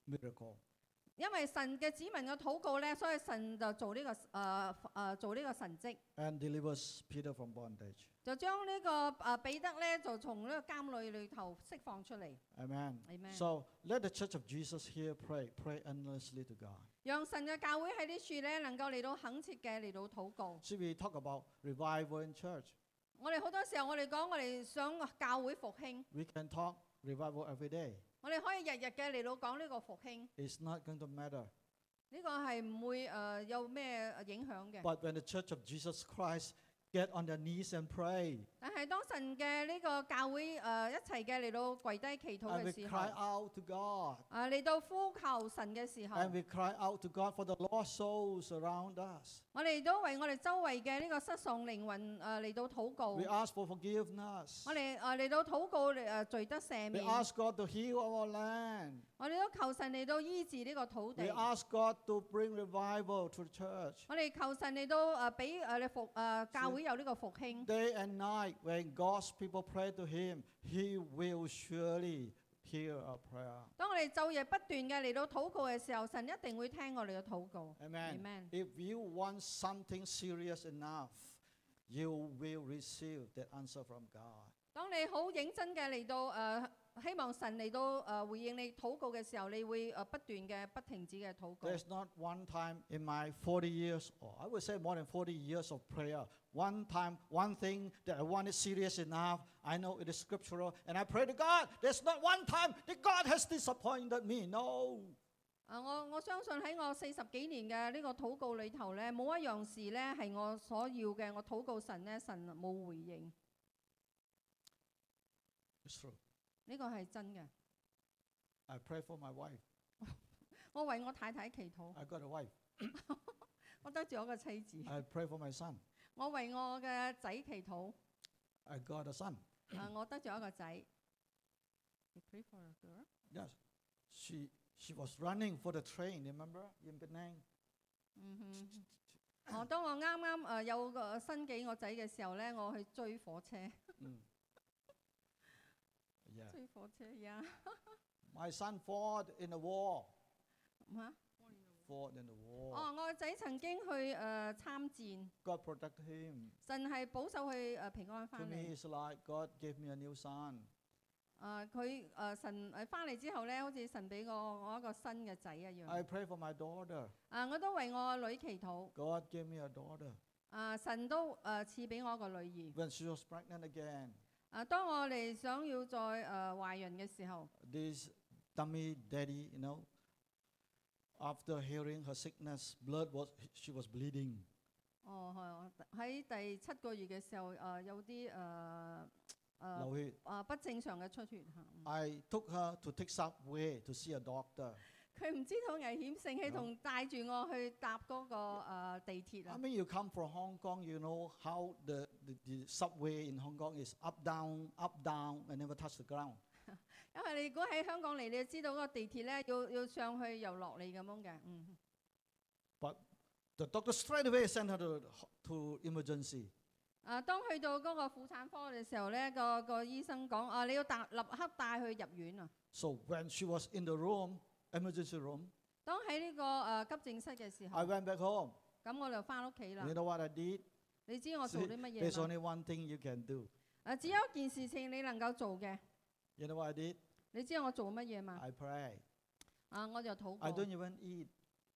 A: miracle.
B: 因為神嘅子民嘅禱告咧，所以神就做呢、個誒誒做呢個神蹟，
A: and delivers Peter from bondage.
B: 就將呢、個誒、呃彼得咧就從呢個監裏裏頭釋放出嚟。
A: Amen.
B: Amen.
A: So let the church of Jesus here pray, pray earnestly to God.
B: 讓神嘅教會喺呢處咧能夠嚟到懇切嘅嚟到禱告。
A: See, we talk about revival in church.
B: 我哋好多時候我哋講我哋想教會復興，
A: We can talk revival every day.
B: 我哋可以日日嘅嚟到講呢個復興，呢、
A: It's not going to matter.
B: 個係唔會誒、呃有咩影響嘅。
A: But when the church of Jesus Christ get on their knees and pray,
B: 但係當神嘅呢個教會誒、呃一齊嘅嚟到跪低祈禱
A: and
B: 嘅
A: we
B: 時
A: cry
B: 候，
A: out to God,
B: 啊嚟到呼求神嘅時候
A: and。we cry out to God for the lost souls around us.
B: 我哋都為我哋周圍嘅呢個失喪靈魂誒嚟到禱告，
A: We ask for forgiveness.
B: 我哋誒嚟到禱告誒罪得赦
A: We
B: 免，
A: ask God to heal our land.
B: 我哋都求神嚟到醫治呢個土
A: We
B: 地，
A: ask God to bring revival to the church.
B: 我哋求神嚟到誒俾呃誒你復誒教會有呢個復興。
A: Day and night, when God's people pray to Him, He will surely hear our prayer.
B: 當我哋晝夜不斷嘅嚟到禱告嘅時候，神一定會聽我哋嘅禱告。
A: Amen.
B: Amen.
A: If you want something serious enough, you will receive that answer from God.
B: 當你好認真嘅嚟到誒、希望神嚟到誒、回應你禱告嘅時候，你會誒不斷嘅不停止嘅禱告。
A: There's not one time in my 40 years, or I would say more than 40 years of prayer, one time, one thing that I wanted serious enough. I know it is scriptural, and I pray to God. There's not one time that God has disappointed me. No.
B: 啊！我我相信喺我四十幾年嘅呢個禱告裏頭咧，冇一樣事咧係我所要嘅。我禱告神咧，神冇回應，
A: It's true.
B: 呢個係真嘅。
A: I pray for my wife.
B: 我為我太太祈禱，
A: I got a wife.
B: 我得住我嘅妻子；
A: I pray for my son.
B: 我為我嘅仔祈禱，
A: I got a son.
B: 啊，我得住一個仔。
A: Yes. She she was running for the train, remember? In Penang.
B: 嗯哼，我當我啱啱誒有個新幾個仔嘅時候咧，我去追火車，
A: Mm. Yeah.
B: 追火車呀，
A: My son fought in the war.
B: 嚇！
A: Fought in the war.
B: 啊哦，我個仔曾經去誒、呃、參戰，
A: God protected him.
B: 神係保守佢誒、呃平安
A: To
B: 翻
A: me,
B: 嚟。
A: it's like God gave me a new son.
B: 啊！佢誒、呃神誒翻嚟之後咧，好似神俾我我一個新嘅仔一樣。
A: I
B: 啊、
A: pray for my daughter.
B: 我都為我女祈禱。
A: God gave me a daughter.
B: 啊、神都誒賜俾我一個女兒。
A: When she was pregnant again,
B: 啊、當我哋想要再誒、呃、懷孕嘅時候，
A: this dummy daddy, you know, after hearing her sickness, blood was she was bleeding.
B: 哦，係喺第七個月嘅時候，誒、呃、有啲呃誒誒
A: 流血。
B: 啊不正常嘅出血嚇。嗯
A: I took her to take subway to see a doctor.
B: 佢唔知道危險性，佢
A: No.
B: 同帶住我去搭嗰、個、呃地鐵
A: I
B: 啊。
A: mean, you come from Hong Kong, you know how the, the, the subway in Hong Kong is up, down, up, down, and never touch the ground.
B: 因為你如果喺香港嚟，你就知道嗰個地鐵咧要要上去又落嚟咁樣嘅，嗯。
A: The doctor straight away sent her to, to emergency.
B: 啊，當去到嗰個婦產科嘅時候咧，個個醫生講啊，你要帶立刻帶佢入院啊。
A: So when she was in the room, emergency room,
B: 當喺呢、個呃急症室嘅時
A: I
B: 候，
A: went back home.
B: 咁我就翻屋企啦
A: You。know what I did?
B: 你知我做啲乜
A: There's
B: 嘢嘛？
A: only one thing you can do.
B: 啊，只有一件事情你能夠做嘅，
A: You know what I did?
B: 你知我做乜嘢嘛？
A: I pray.
B: 啊，我就禱
A: I
B: 告
A: don't，even eat.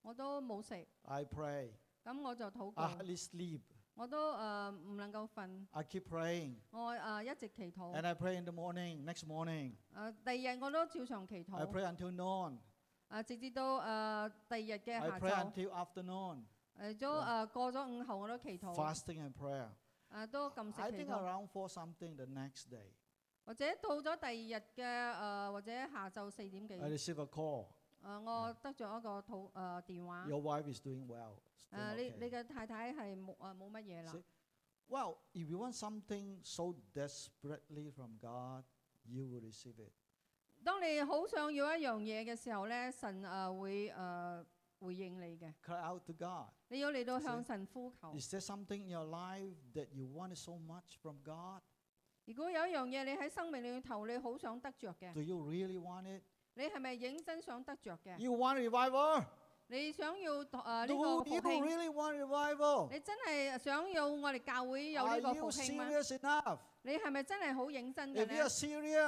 B: 我都冇食，
A: I pray.
B: 咁我就禱
A: I
B: 告，
A: 啊 hardly sleep.
B: 我我都誒唔能夠瞓，
A: I keep praying.
B: 我誒一直祈禱
A: And。I pray in the morning, next morning.
B: 誒第二日我都照常祈
A: I
B: 禱。
A: pray until noon.
B: 誒直至到誒第二日嘅
A: I
B: 下
A: pray
B: 晝，
A: until afternoon.
B: 誒都誒過咗午後我都祈禱，
A: Fasting and prayer.
B: 誒都禁食
A: I
B: 祈
A: think
B: 禱，
A: around four something the next day.
B: 或者到咗第二日嘅呃誒或者下晝四點幾，
A: I
B: 誒
A: receive a call.
B: 我得咗一個肚誒電話，
A: Your wife is doing well. She's
B: 誒
A: doing
B: 你你
A: okay.
B: 嘅太太係冇誒冇乜嘢啦
A: See?。Well, if you want something so desperately from God, you will receive it.
B: 當你好想要一樣嘢嘅時候咧，神誒會誒回應你嘅，
A: Cry out to God.
B: 你要嚟到向神呼求。
A: Is there something in your life that you want so much from God?
B: 如果有一樣嘢你喺生命裏頭你好想得着嘅，
A: Do you really want it?
B: 你係咪認真想得着嘅？
A: You want revival?
B: 你想要誒呢個
A: Do
B: 復
A: you
B: 興？
A: really want revival?
B: 你真係想要我哋教會有
A: Are
B: 呢個
A: you
B: 復興嗎？
A: serious enough?
B: 你係咪真係好認真
A: If
B: 嘅
A: you
B: 咧
A: are？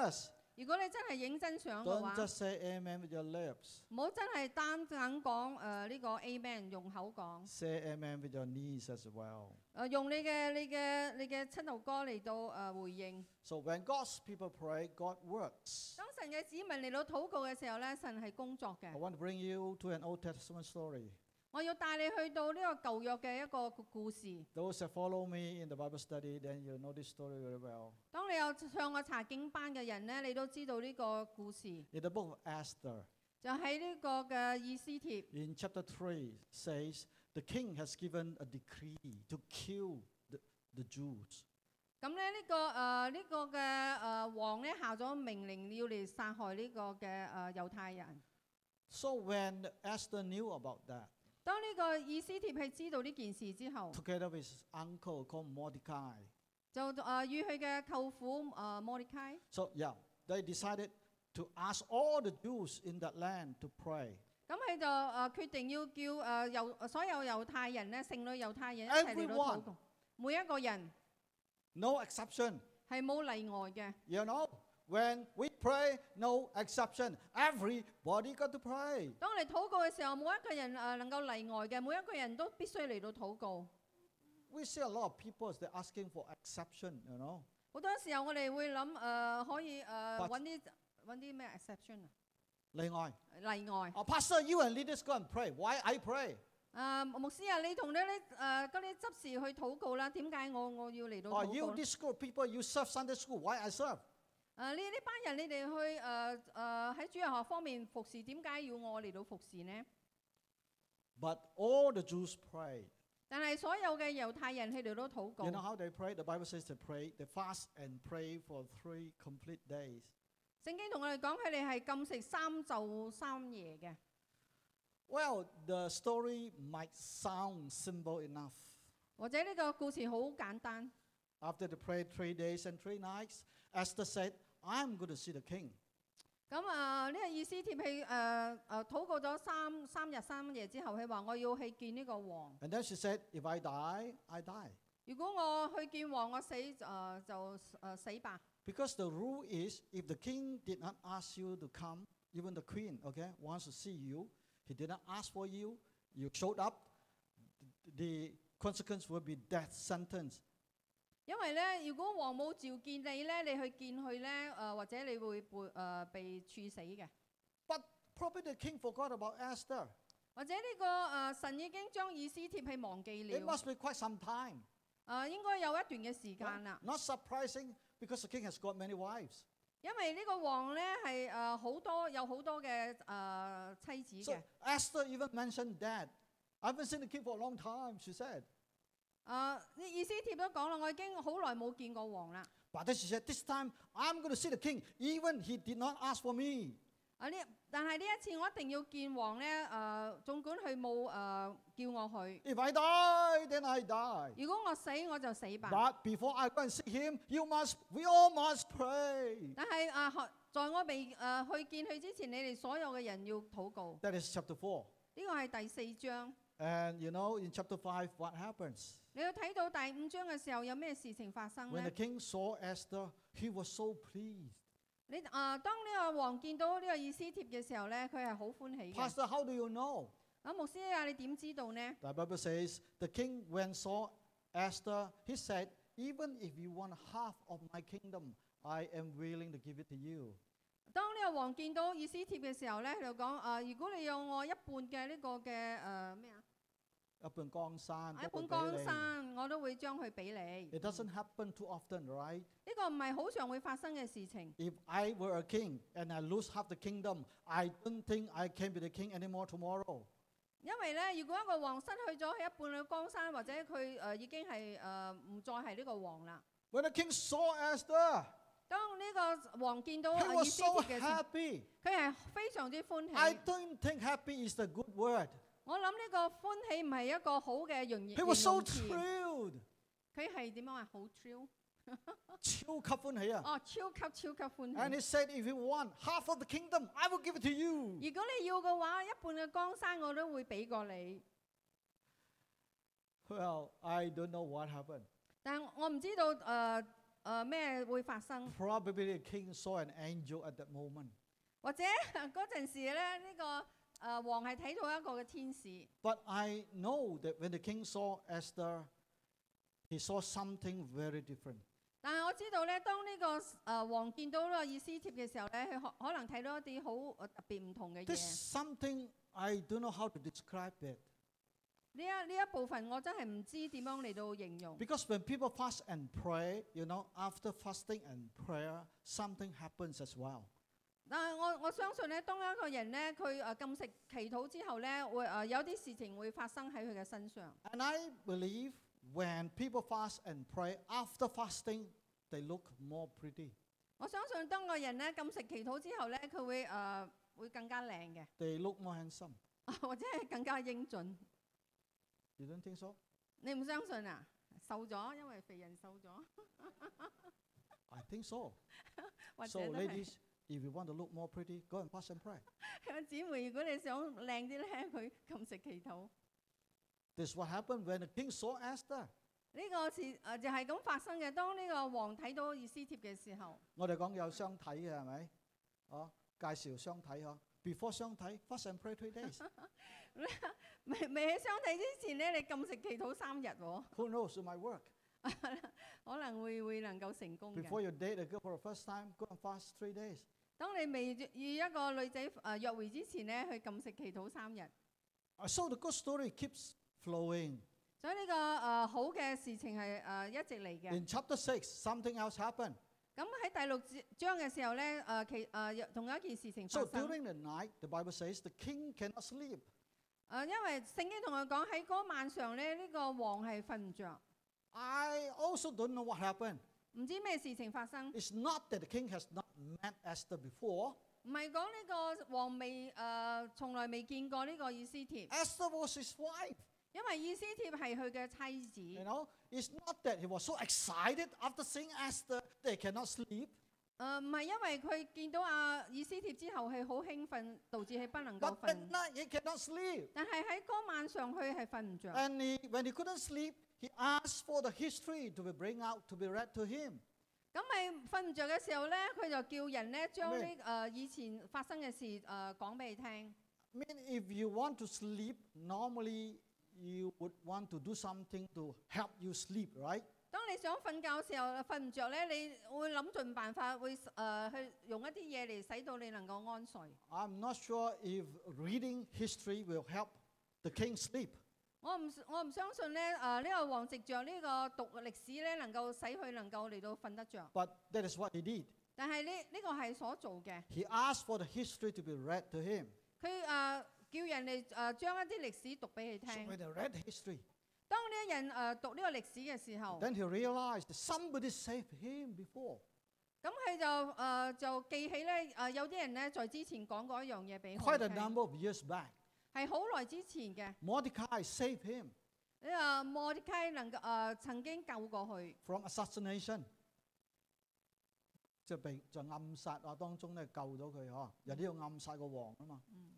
A: serious,
B: 如果你真係認真想嘅
A: don't
B: 話，
A: just say amen with your lips.
B: 唔好真係單緊講誒呢個 Amen，用口講，誒、呃
A: Say amen with your knees as well.
B: 用你嘅你嘅你嘅親路歌嚟到誒、呃回應。
A: So when God's people pray, God works.
B: 當神嘅子民嚟到禱告嘅時候咧，神係工作
A: I
B: 嘅。
A: want to bring you to an Old Testament story.
B: 我要帶你去到呢個舊約嘅一個故故事。
A: Those that follow me in the Bible study, then you know this story very well.
B: 當你有上過查經班嘅人咧，你都知道呢個故事，
A: In the book of Esther,
B: 就喺呢個嘅以斯帖。
A: in chapter 3, says the king has given a decree to kill the, the Jews.
B: 咁咧呢個誒呢個嘅誒王咧下咗命令要嚟殺害呢個嘅誒猶太人。
A: So when Esther knew about that,
B: 當呢個以斯帖係知道呢件事之後，
A: together with his uncle called Mordecai,
B: 就誒與佢嘅舅父誒莫利開，
A: so yeah, they decided to ask all the Jews in that land to pray.
B: 咁佢就誒決定要叫誒呃猶所有猶太人咧，剩女猶太人一齊嚟到
A: Everyone.
B: 禱告，每一個人
A: No exception.
B: 係冇例外嘅。
A: You know, when we pray, no exception. Everybody got to pray.
B: 當你禱告嘅時候，冇一個人誒能夠例外嘅，每一個人都必須嚟到禱告。
A: We see a lot of people they're asking for exception, you know.
B: 好多時候我哋會諗誒、呃可以誒
A: But-
B: 揾啲揾啲咩 exception
A: 另外，
B: 啊例外。
A: oh, Pastor, you and leaders go and pray. Why I pray?
B: 啊，牧師啊，你同呢啲誒嗰啲執事去禱告啦。點解我我要嚟到
A: Or
B: 禱
A: Oh, you
B: 告咧？
A: this group people, you serve Sunday school. Why I serve?
B: 啊，呢呢班人你哋去誒誒喺主日學方面服侍，點解要我嚟到服侍呢？
A: But all the Jews pray.
B: 但係所有嘅猶太人去嚟到禱
A: You know
B: 告。
A: how they pray? The Bible says they pray, they fast and pray for three complete days.
B: 聖經同我哋講，佢哋係禁食三晝三夜嘅。
A: Well, the story might sound simple enough.
B: 或者呢個故事好簡單。
A: After they prayed three days and three nights, Esther said, I'm going to see the king.
B: 咁啊，呢個意思貼去誒誒禱告咗三三日三夜之後，佢話我要去見呢個王。
A: And then she said, If I die, I die.
B: 如果我去見王，我死誒、呃就誒、呃死吧。
A: Because the rule is if the king did not ask you to come, even the queen, okay, wants to see you, he did not ask for you, you showed up, th- the consequence will be death sentence.
B: 因為咧，如果王冇召見你咧，你去見佢咧，誒、或者你會被誒、呃被處死嘅，
A: But probably the king forgot about Esther.
B: 或者呢、個誒、呃神已經將以斯帖係忘記
A: It
B: 了，誒、
A: must be quite some time.
B: 應該有一段嘅時
A: right?
B: 間啦。
A: Not surprising because the king has got many wives.
B: 因為呢個王咧係誒好多有好多嘅誒、呃妻子
A: So
B: 嘅，誒、
A: Esther even mentioned that. I haven't seen the king for a long time, she said.
B: 呢啊以斯帖都講啦，我已經好耐冇見過王啦。
A: But then she said, This time I'm going to see the king, even he did not ask for me.
B: 啊呢，但係呢一次我一定要見王咧，誒、呃，儘管佢冇誒叫我去，
A: If I die, then I die.
B: 如果我死我就死吧。
A: But before I go and see him, you must, we all must pray.
B: 但係啊，學在我未誒、呃去見佢之前，你哋所有嘅人要禱告。
A: That is chapter 4.
B: 呢個係第四章。
A: And you know, in chapter 5, what happens?
B: 你要睇到第五章嘅時候，有咩事情發生
A: When the
B: 呢？
A: king saw Esther, he was so pleased.
B: 你啊、呃，當呢個王見到呢個以斯帖嘅時候咧，佢係好歡喜嘅。
A: Pastor, how do you know?
B: 啊，牧師啊，你點知道呢？
A: The Bible says the king, when saw Esther, he said, Even if you want half of my kingdom, I am willing to give it to you.
B: 當呢個王見到以斯帖嘅時候咧，佢就講：啊，如果你有我一半嘅呢個嘅誒咩啊，
A: 一半江山，
B: 一半江
A: 一半比例。
B: 山，我都會將佢俾你。
A: It doesn't happen too often, right?
B: 呢個唔係好常會發生嘅事情。
A: If I were a king and I lose half the kingdom, I don't think I can be the king anymore tomorrow.
B: 因為咧，如果一個王失去咗佢一半嘅江山，或者佢誒、呃已經係誒唔再係呢個王啦。
A: When the king saw Esther,
B: 當呢個王見到
A: he
B: 啊以
A: was
B: 斯
A: so
B: 帖嘅時候，
A: happy.
B: 佢係非常之歡
A: I
B: 喜。
A: don't think happy is the good word.
B: 我諗呢個歡喜唔係一個好嘅容易
A: He was so
B: 詞。啊
A: thrilled.
B: 佢係點樣啊？好 thrill
A: 超級歡喜啊。
B: 哦，超級超級歡喜。
A: And he said, if you want half of the kingdom, I will give it to you.
B: 如果你要嘅話，一半嘅江山我都會俾過你。
A: Well, I don't know what happened.
B: 但我唔知道誒誒咩會發生，
A: Probably the king saw an angel at that moment.
B: 或者 嗰陣時咧，呢、個誒、呃王係睇到一個嘅天使。
A: But I know that when the king saw Esther, he saw something very different.
B: 但係我知道咧，當呢、個誒、呃王見到呢個以斯帖嘅時候咧，佢可可能睇到一啲好呃特別唔同嘅
A: This
B: 嘢。
A: something I don't know how to describe it.
B: 呢一呢一部分我真係唔知點樣嚟到形容，
A: Because when people fast and pray, you know, after fasting and prayer, something happens as well.
B: 但係我我相信咧，當一個人咧佢誒禁食祈禱之後咧，會誒、呃有啲事情會發生喺佢嘅身上。
A: And I believe when people fast and pray, after fasting, they look more pretty.
B: 我相信當個人咧禁食祈禱之後咧，佢會誒、呃、會更加靚嘅，
A: They look more handsome.
B: 或者係更加英俊。
A: You don't think so?
B: 你唔相信啊？瘦咗，因為肥人瘦咗，
A: I think so.
B: 或
A: So,
B: 者都係
A: ladies, if you want to look more pretty, go and fast and pray.
B: 姊妹，如果你想靚啲咧，佢禁食祈禱。
A: This is what happened when the king saw Esther.
B: 呢、個事誒、呃就係咁發生嘅。當呢個王睇到以斯帖嘅時候，
A: 我哋講有相睇嘅係咪？哦，介紹相睇嗬。Before 相睇，fast and pray three days.
B: 未未喺相睇之前咧，你禁食祈禱三日喎、
A: Who knows? It might work.
B: 可能會會能夠成功嘅。
A: Before you date a girl for the first time, go and fast three days.
B: 當你未與一個女仔誒、呃、約會之前咧，去禁食祈禱三日。
A: Uh, So the good story keeps flowing.
B: 所以呢、個誒、呃好嘅事情係誒、呃一直嚟嘅。
A: In chapter six, something else happened.
B: 咁喺第六節章嘅時候咧，誒、其誒、呃又仲有一件事情發
A: So
B: 生。誒、
A: during the night, the Bible says the king cannot sleep.
B: 呃因為聖經同佢講喺嗰晚上咧，呢、個王係瞓唔着，
A: I also don't know what happened.
B: 唔知咩事情發生。
A: It's not that the king has not met Esther before.
B: 唔係講呢個王未誒、呃，從來未見過呢個以斯帖，
A: Esther was his wife.
B: 因為以斯帖係佢嘅妻
A: You
B: 子。
A: know, it's not that he was so excited after seeing Esther that he cannot sleep,
B: 誒呃唔係因為佢見到阿以斯帖之後，佢好興奮，導致佢不能夠
A: but at
B: 瞓。
A: night he cannot sleep.
B: 但係喺嗰晚上，佢係瞓唔着。
A: And he, when he couldn't sleep, he asked for the history to be bring out to be read to him.
B: 咁咪瞓唔着嘅時候咧，佢就叫人咧將呢
A: 咩
B: 誒、以前發生嘅事誒、講俾你聽。
A: I mean, if you want to sleep, normally you would want to do something to help you sleep, right?
B: 當你想瞓覺嘅時候瞓唔着咧，你會諗盡辦法會誒、去用一啲嘢嚟使到你能夠安睡。
A: I'm not sure if reading history will help the king sleep.
B: 我唔我唔相信咧誒呢、個王藉着呢個讀歷史咧，能夠使佢能夠嚟到瞓得着。
A: But that is what he did.
B: 但係呢呢個係所做嘅，
A: He asked for the history to be read to him.
B: 佢誒、叫人哋誒、將一啲歷史讀俾
A: So
B: 佢聽。
A: when he read history,
B: 當呢一人誒、呃讀呢個歷史嘅時候。
A: then he realized that somebody saved him before.
B: 咁佢就誒、呃就記起咧誒、呃有啲人咧在之前講過一樣嘢俾我
A: Quite a
B: 聽，
A: number of years back,
B: 係好耐之前嘅。
A: Mordecai saved him
B: 呢個莫迪卡啊能夠誒、呃曾經救過佢，
A: from assassination. 即係被就暗殺啊，當中咧救咗佢嗬，有啲要暗殺個王啊嘛。
B: 嗯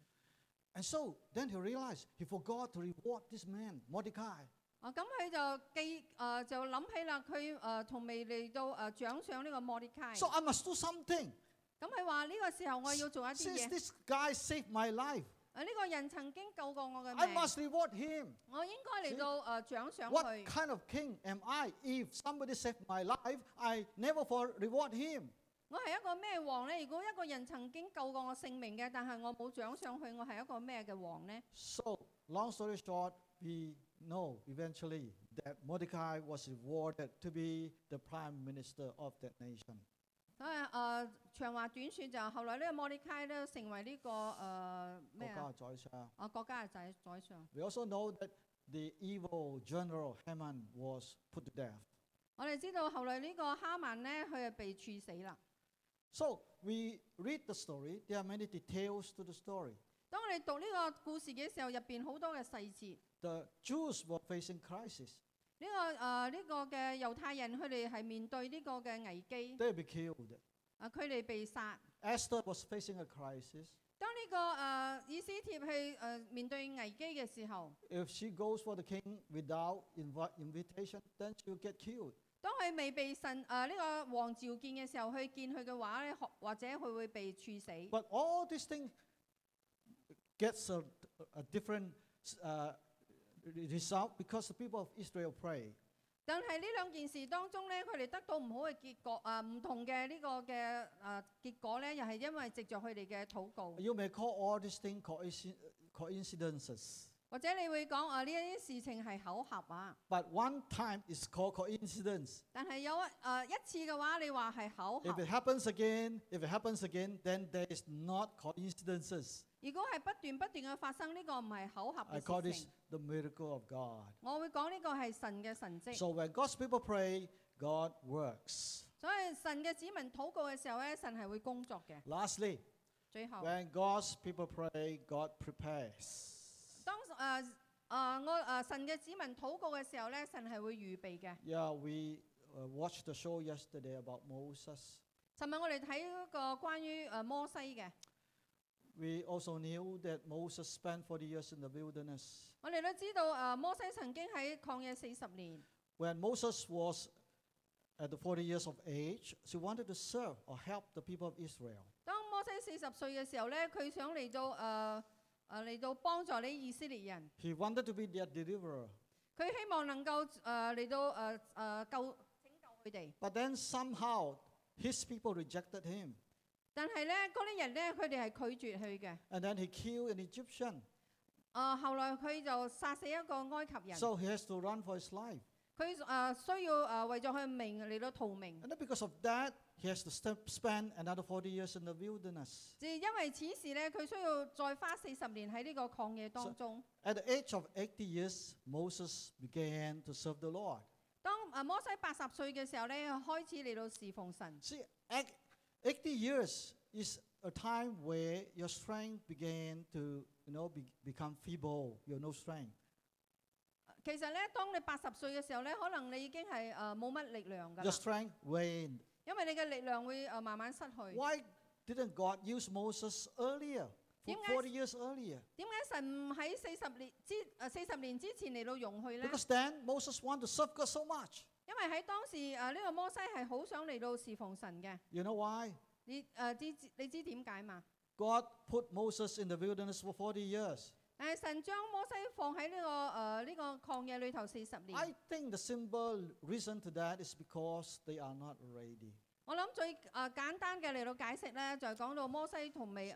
A: And so then he realized he forgot to reward this man, Mordecai.
B: 啊咁佢就記誒、呃就諗起啦，佢誒從未嚟到誒、呃、獎賞呢個莫迪卡。
A: So
B: 咁
A: I must do something.
B: 佢話呢個時候我要做一啲
A: Since
B: 嘢，
A: this guy saved my life,
B: 啊呢個人曾經救過我嘅
A: I
B: 命，
A: must reward him.
B: 我應該嚟到誒獎賞
A: What
B: 佢。
A: kind of king am I? If somebody saved my life, I never for reward him.
B: 我係一個咩王呢？如果一個人曾經救過我性命嘅，但係我冇獎賞佢，我係一個咩嘅王呢？
A: So, long story short, we know eventually that Mordecai was rewarded to be the prime minister of that nation.
B: 所以誒、呃、長話短説就後來呢個莫利卡咧成為呢、個誒咩啊？
A: 國家宰相。
B: 啊國家嘅宰宰相。
A: Oh We also know that the evil general Haman was put to death.
B: 我哋知道後來呢個哈曼呢，佢係被處死啦。
A: So we read the story. There are many details to the story.
B: 當我哋讀呢個故事嘅時候，入邊好多嘅細節。
A: The Jews were facing crisis.
B: 呢、個呃誒呢、個嘅猶太人，佢哋係面對呢個嘅危機，
A: They were killed.
B: 啊佢哋被殺。
A: Esther was facing a crisis.
B: 當呢、個誒、呃以斯帖去誒、呃面對危機嘅時候，
A: If she goes for the king without invi- invitation, then she will get killed.
B: 當佢未被神誒呃呢、個王召見嘅時候，去見佢嘅話咧，或或者佢會被處死。
A: But all these things gets a, a different uh, re- result because the people of Israel pray.
B: 但係呢兩件事當中咧，佢哋得到唔好嘅結果啊，唔、同嘅呢個嘅誒結果咧，又係因為藉着佢哋嘅禱告，
A: You may call all these things coinci- coincidences.
B: 或者你會講啊呢一啲事情係巧合啊。
A: But one time is called coincidence.
B: 但係有一誒、呃一次嘅話，你話係巧
A: If
B: 合
A: it。happens again, if it happens again, then there is not coincidences.
B: 如果係不斷不斷嘅發生，呢、個唔係巧合
A: I call
B: 嘅
A: this
B: 事情。
A: the miracle of God.
B: 我會講呢個係神嘅神跡。
A: So when God's people pray, God works.
B: 所以神嘅子民禱告嘅時候咧，神係會工作嘅。
A: Lastly,
B: 最後，
A: when God's people pray, God prepares.
B: 當誒誒我誒神嘅子民禱告嘅時候咧，神係會預備嘅。
A: Yeah, we uh, watched the show yesterday about Moses.
B: 尋日我哋睇嗰個關於誒摩西嘅，
A: We also knew that Moses spent 40 years in the wilderness.
B: 我哋都知道誒摩西曾經喺曠野四十年。
A: When Moses was at the 40 years of age, he wanted to serve or help the people of Israel.
B: 當摩西四十歲嘅時候咧，佢想嚟到誒誒嚟到幫助呢以色列人，
A: He wanted to be their deliverer.
B: 佢希望能夠誒嚟到誒誒救拯救佢哋。
A: But then somehow his people rejected him.
B: 但係咧，嗰啲人咧，佢哋係拒絕佢嘅。
A: And then he killed an Egyptian.
B: 啊、後來佢就殺死一個埃及人，
A: So he has to run for his life.
B: 佢啊、需要啊、為咗佢命嚟到逃命。
A: And then because of that, he has to step, spend another 40 years in the wilderness.
B: 就因為此事咧，佢需要再花四十年喺呢個曠野當中。
A: At the age of 80 years, Moses began to serve the Lord.
B: 當啊摩西八十歲嘅時候咧，開始嚟到侍奉神。
A: See, ac- 80 years is a time where your strength began to, you know, be, become feeble. You have no strength.
B: 其實咧，當你八十歲嘅時候咧，可能你已經係啊冇乜力量㗎
A: Your
B: 啦，
A: strength waned.
B: 因為你嘅力量會啊慢慢失去。
A: Why didn't God use Moses earlier, for
B: Yung nga-
A: 40 years earlier?
B: 點解神唔喺四十年之啊四十年之前嚟到容許咧？
A: Because then Moses wanted to serve God so much.
B: 因為喺當時啊呢、個摩西係好想嚟到侍奉神嘅。
A: You know why?
B: 你誒、呃知知你知點解嘛？
A: God put Moses in the wilderness for 40 years.
B: 但係神將摩西放喺呢、個誒呃呢、個曠野裏頭四十年。
A: I think the simple reason to that is because they are not ready.
B: 我諗最誒、呃、簡單嘅嚟到解釋咧，就係、講到摩西同未誒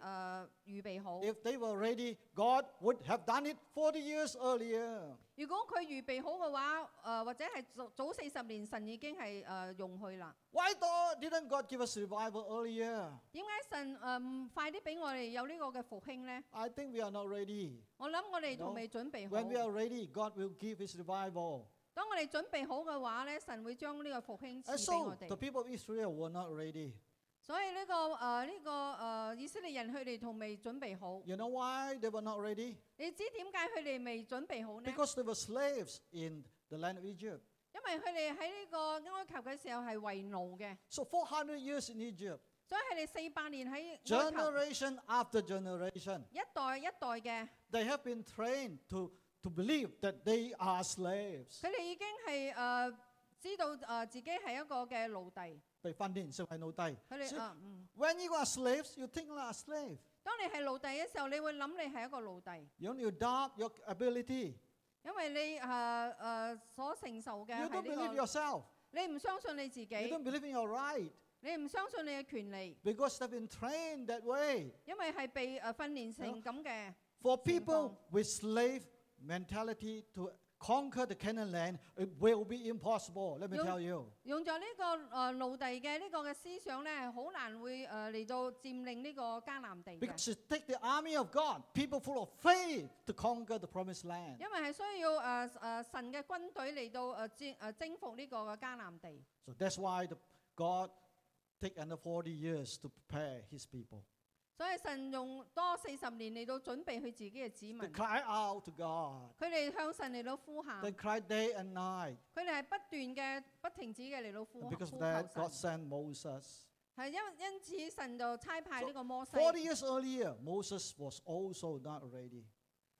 B: 預備好。
A: If they were ready, God would have done it 40 years earlier.
B: 如果佢預備好嘅話，誒、呃或者係早早四十年，神已經係誒、呃容許啦。
A: Why though didn't God give us revival earlier?
B: 點解神誒唔、快啲俾我哋有呢個嘅復興咧？
A: I think we are not ready.
B: 我諗我哋
A: 好
B: 仲未準備
A: When we
B: 好。
A: are ready, God will give his revival.
B: 當我哋準備好嘅話咧，神會將呢個復興
A: And
B: 賜俾
A: so
B: 我
A: Uh, the
B: 哋。
A: people of Israel were not ready.
B: 所以呢、個誒呢、個誒、呃以色列人佢哋仲未準備好。
A: You know why they were not ready?
B: 你知點解佢哋未準備好呢？
A: Because they were slaves in the land of Egypt.
B: 因為佢哋喺呢個埃及嘅時候係為奴嘅，
A: So 400 years in Egypt,
B: 所以佢哋四百年喺埃及
A: generation after generation,
B: 一代一代嘅，
A: they have been trained to, to believe that they are slaves.
B: 佢哋已經係誒、呃知道誒、呃自己係一個嘅奴隸。
A: 被訓練成為奴隸。
B: 佢哋
A: See,
B: 誒嗯，
A: when you are slaves, you think like a slave.
B: 當當你係奴隸嘅時候，你會諗你係一個奴隸，
A: You only doubt your ability.
B: 因為你誒誒、呃呃所承受嘅
A: You
B: 係
A: don't
B: 呢
A: believe
B: 個，
A: yourself.
B: 你唔相信你自
A: You
B: 己，
A: don't believe in your right
B: 你唔相信你嘅權利，
A: because they've been trained that way.
B: 因為係被誒訓練成咁嘅。
A: For people with slave mentality to conquer the Canaan land, it will be impossible. Let me
B: You-
A: tell you.
B: 用咗呢、個呃奴隸嘅呢個嘅思想咧，好難會誒嚟、到佔領呢個迦南地嘅
A: Because it takes the army of God, people full of faith, to conquer the promised land.
B: 因為係需要誒誒、呃呃神嘅軍隊嚟到誒佔誒征服呢個嘅迦南地，
A: So that's why the, God take another 40 years to prepare his people.
B: 所以神用多四十年嚟到準備佢自己嘅子民
A: They，cry out to God.
B: 佢哋向神嚟到呼喊，
A: They cry day and night.
B: 佢哋係不斷嘅不停止嘅嚟到
A: And
B: 呼呼
A: because of
B: 求
A: that, God
B: 神，
A: sent Moses.
B: 係因因此神就差派呢個摩西
A: 40 years earlier, Moses was also not ready.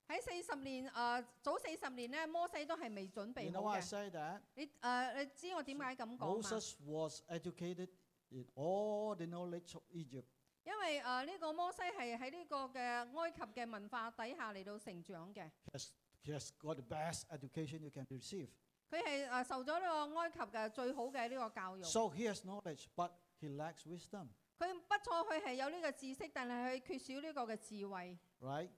B: 喺四十年誒、呃早四十年咧，摩西都係未準
A: You
B: 備
A: know
B: 好
A: why I
B: 嘅。
A: say that?
B: 你誒、呃你知我點解咁講嘛？
A: Moses was educated in all the knowledge of Egypt.
B: 因為誒呢、個摩西係喺呢個嘅埃及嘅文化底下嚟到成長嘅，
A: He has, he has got the best education you can receive.
B: 佢係誒受咗呢個埃及嘅最好嘅呢個教育。
A: So he has knowledge, but he lacks wisdom,
B: 佢不錯，佢係有呢個知識，但係佢缺少呢個嘅智慧。
A: right?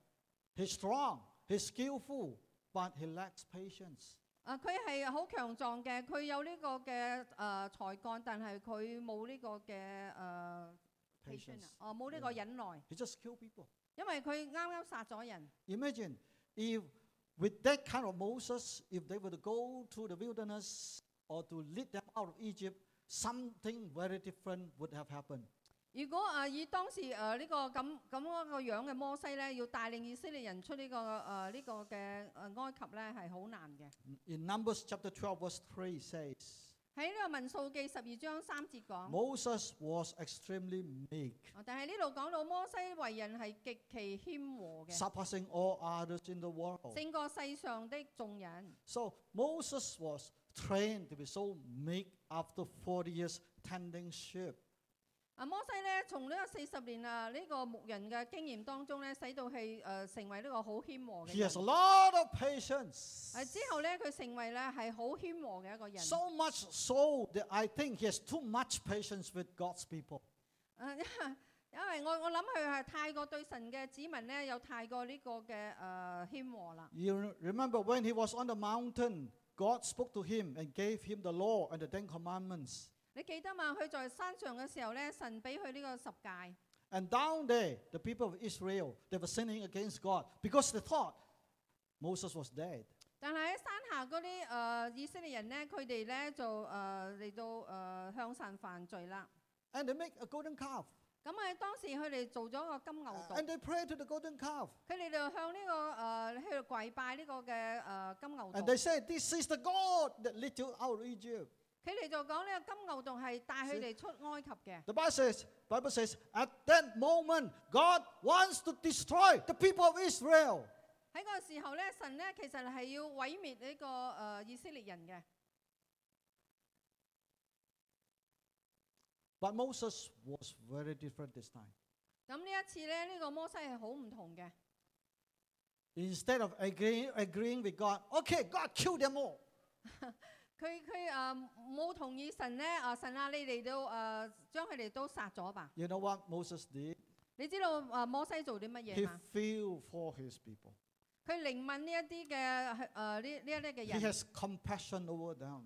A: He's strong, he's skillful, but he lacks patience.
B: 誒呃佢係好強壯嘅，佢有呢個嘅誒、呃才幹，但係佢冇呢個嘅誒
A: Patience.
B: 哦冇呢個忍耐，
A: He just kill people.
B: 因為佢啱啱殺咗人。
A: Imagine if with that kind of Moses, if they were to go to the wilderness or to lead them out of Egypt, something very different would have happened.
B: 如果啊、呃以當時誒呢、個咁咁樣個樣嘅摩西咧，要帶領以色列人出呢、個呃誒呢、個嘅誒埃及咧，係好難嘅。
A: In Numbers chapter 12, verse 3 says,
B: 喺呢個民數記十二章三節講，
A: Moses was extremely meek,
B: 啊但係呢度講到摩西為人係極其謙和嘅，
A: surpassing all others in the world.
B: 勝過世上的眾人。
A: So Moses was trained to be so meek after 40 years tending sheep.
B: 啊，摩西咧從呢個四十年啊呢、個牧人嘅經驗當中咧，使到係誒、呃成為呢個好謙和嘅
A: He
B: 人。
A: has a lot of patience.
B: 啊之後咧，佢成為咧係好謙和嘅一個人。
A: So much so that I think he has too much patience with God's people.
B: 啊， 因為因為我我諗佢係太過對神嘅子民咧，有太過呢個嘅誒謙和啦。
A: You re- remember when he was on the mountain, God spoke to him and gave him the law and the Ten Commandments.
B: 你記得嘛？佢在山上嘅時候咧，神俾佢呢個十戒。
A: And down there, the people of Israel, they were sinning against God because they thought Moses was dead.
B: 但係喺山下嗰啲誒以色列人咧，佢哋咧就誒嚟、到誒、呃向神犯罪啦。
A: And they make a golden calf.
B: 咁喺當時佢哋做咗個金牛
A: Uh, And
B: 犢，
A: they pray to the golden calf.
B: 佢哋就向呢、個誒去跪拜呢個嘅誒、呃金牛
A: And they
B: 犢。
A: say, This is the God that led you out of Egypt.
B: 佢哋就講呢個金牛犢係帶佢哋出埃及嘅。
A: The Bible says, Bible says, at that moment, God wants to destroy the people of Israel.
B: 喺嗰個時候咧，神咧其實係要毀滅呢、個誒、呃以色列人嘅。
A: But Moses was very different this time.
B: 咁呢一次咧，呢、個摩西係好唔同嘅。
A: Instead of agreeing, agreeing with God, okay, God, kill them all.
B: 佢佢誒冇同意神咧，啊神啊，你嚟到誒、呃將佢哋都殺咗吧。
A: You know what Moses did?
B: 你知道啊摩西做啲乜嘢
A: He
B: 嘛？
A: feel for his people.
B: 佢靈敏呢一啲嘅誒呢呢一啲嘅
A: He
B: 人，
A: has compassion over them.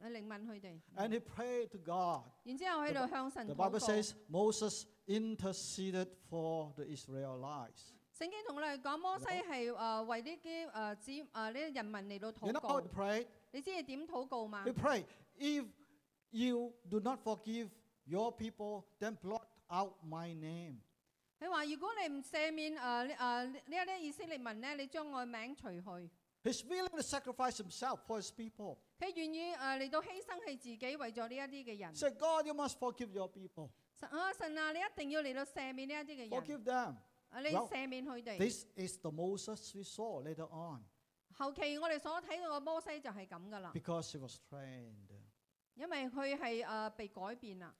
B: 誒靈敏佢哋。
A: And he prayed to God.
B: 然之後喺度向神
A: The
B: 禱
A: Bible
B: 告。聖
A: says Moses interceded for the Israelites.
B: 經同我哋講，摩西係誒為呢啲誒子誒呢啲人民嚟到
A: You
B: 禱
A: know how
B: 告
A: he。prayed?
B: 你知佢點禱告嘛
A: We？pray, if you do not forgive your people, then blot out my name.
B: 佢話：如果你唔赦免誒誒呢一啲以色列民咧，你將我嘅名除去。
A: He's willing to sacrifice himself for his people.
B: 佢願意誒嚟到犧牲佢自己，為咗呢一啲嘅人。
A: Say, God, you must forgive your people.
B: 神啊，神啊，你一定要嚟到赦免呢一啲嘅人，
A: Forgive them.
B: 啊你
A: Well,
B: 赦免佢哋。
A: This is the Moses we saw later on
B: 後期我哋所睇到嘅摩西就係咁噶啦，
A: because he was trained.
B: 因為佢係誒被改變啦。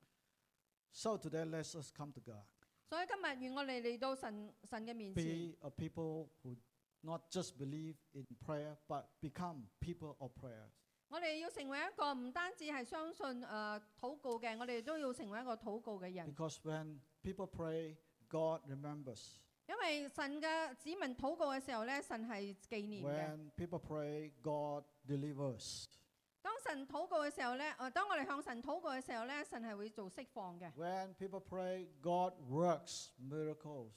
A: So today, let us come to God.
B: 所以今日願我哋嚟到神神嘅面前，
A: Be a people who not just believe in prayer, but become people of prayer.
B: 我哋要成為一個唔單止係相信誒、呃、禱告嘅，我哋都要成為一個禱告嘅人，
A: Because when people pray, God remembers.
B: 因為神嘅子民禱告嘅時候咧，神係紀念嘅。
A: When people pray, God delivers.
B: 當神禱告嘅時候咧，誒、呃、當我哋向神禱告嘅時候咧，神係會做釋放嘅。
A: When people pray, God works miracles.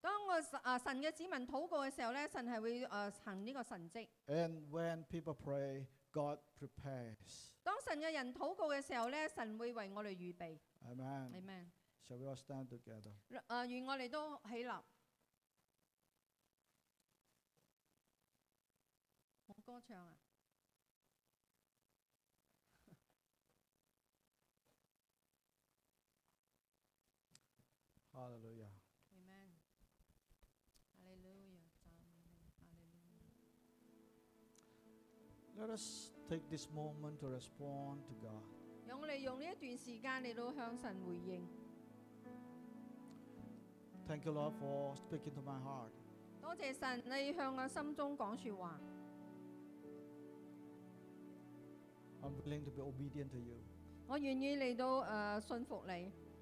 B: 當我誒、呃神嘅子民禱告嘅時候咧，神係會誒、呃行呢個神蹟。
A: And when people pray, God prepares.
B: 當神嘅人禱告嘅時候咧，神會為我哋預備。
A: Amen.
B: Amen。
A: Shall we all stand together?
B: 誒、呃、願我哋都起立。冇歌唱啊！
A: Hallelujah.
B: Amen. Hallelujah. 赞美你 Hallelujah.
A: Let us take this moment to respond to God.
B: 讓我哋用呢一段時間嚟到向神回應。
A: Thank you, Lord, for speaking to my heart.
B: 多謝神，你向我心中講说話。
A: I'm willing to be obedient to you.
B: 我願意嚟到诶、呃信服你。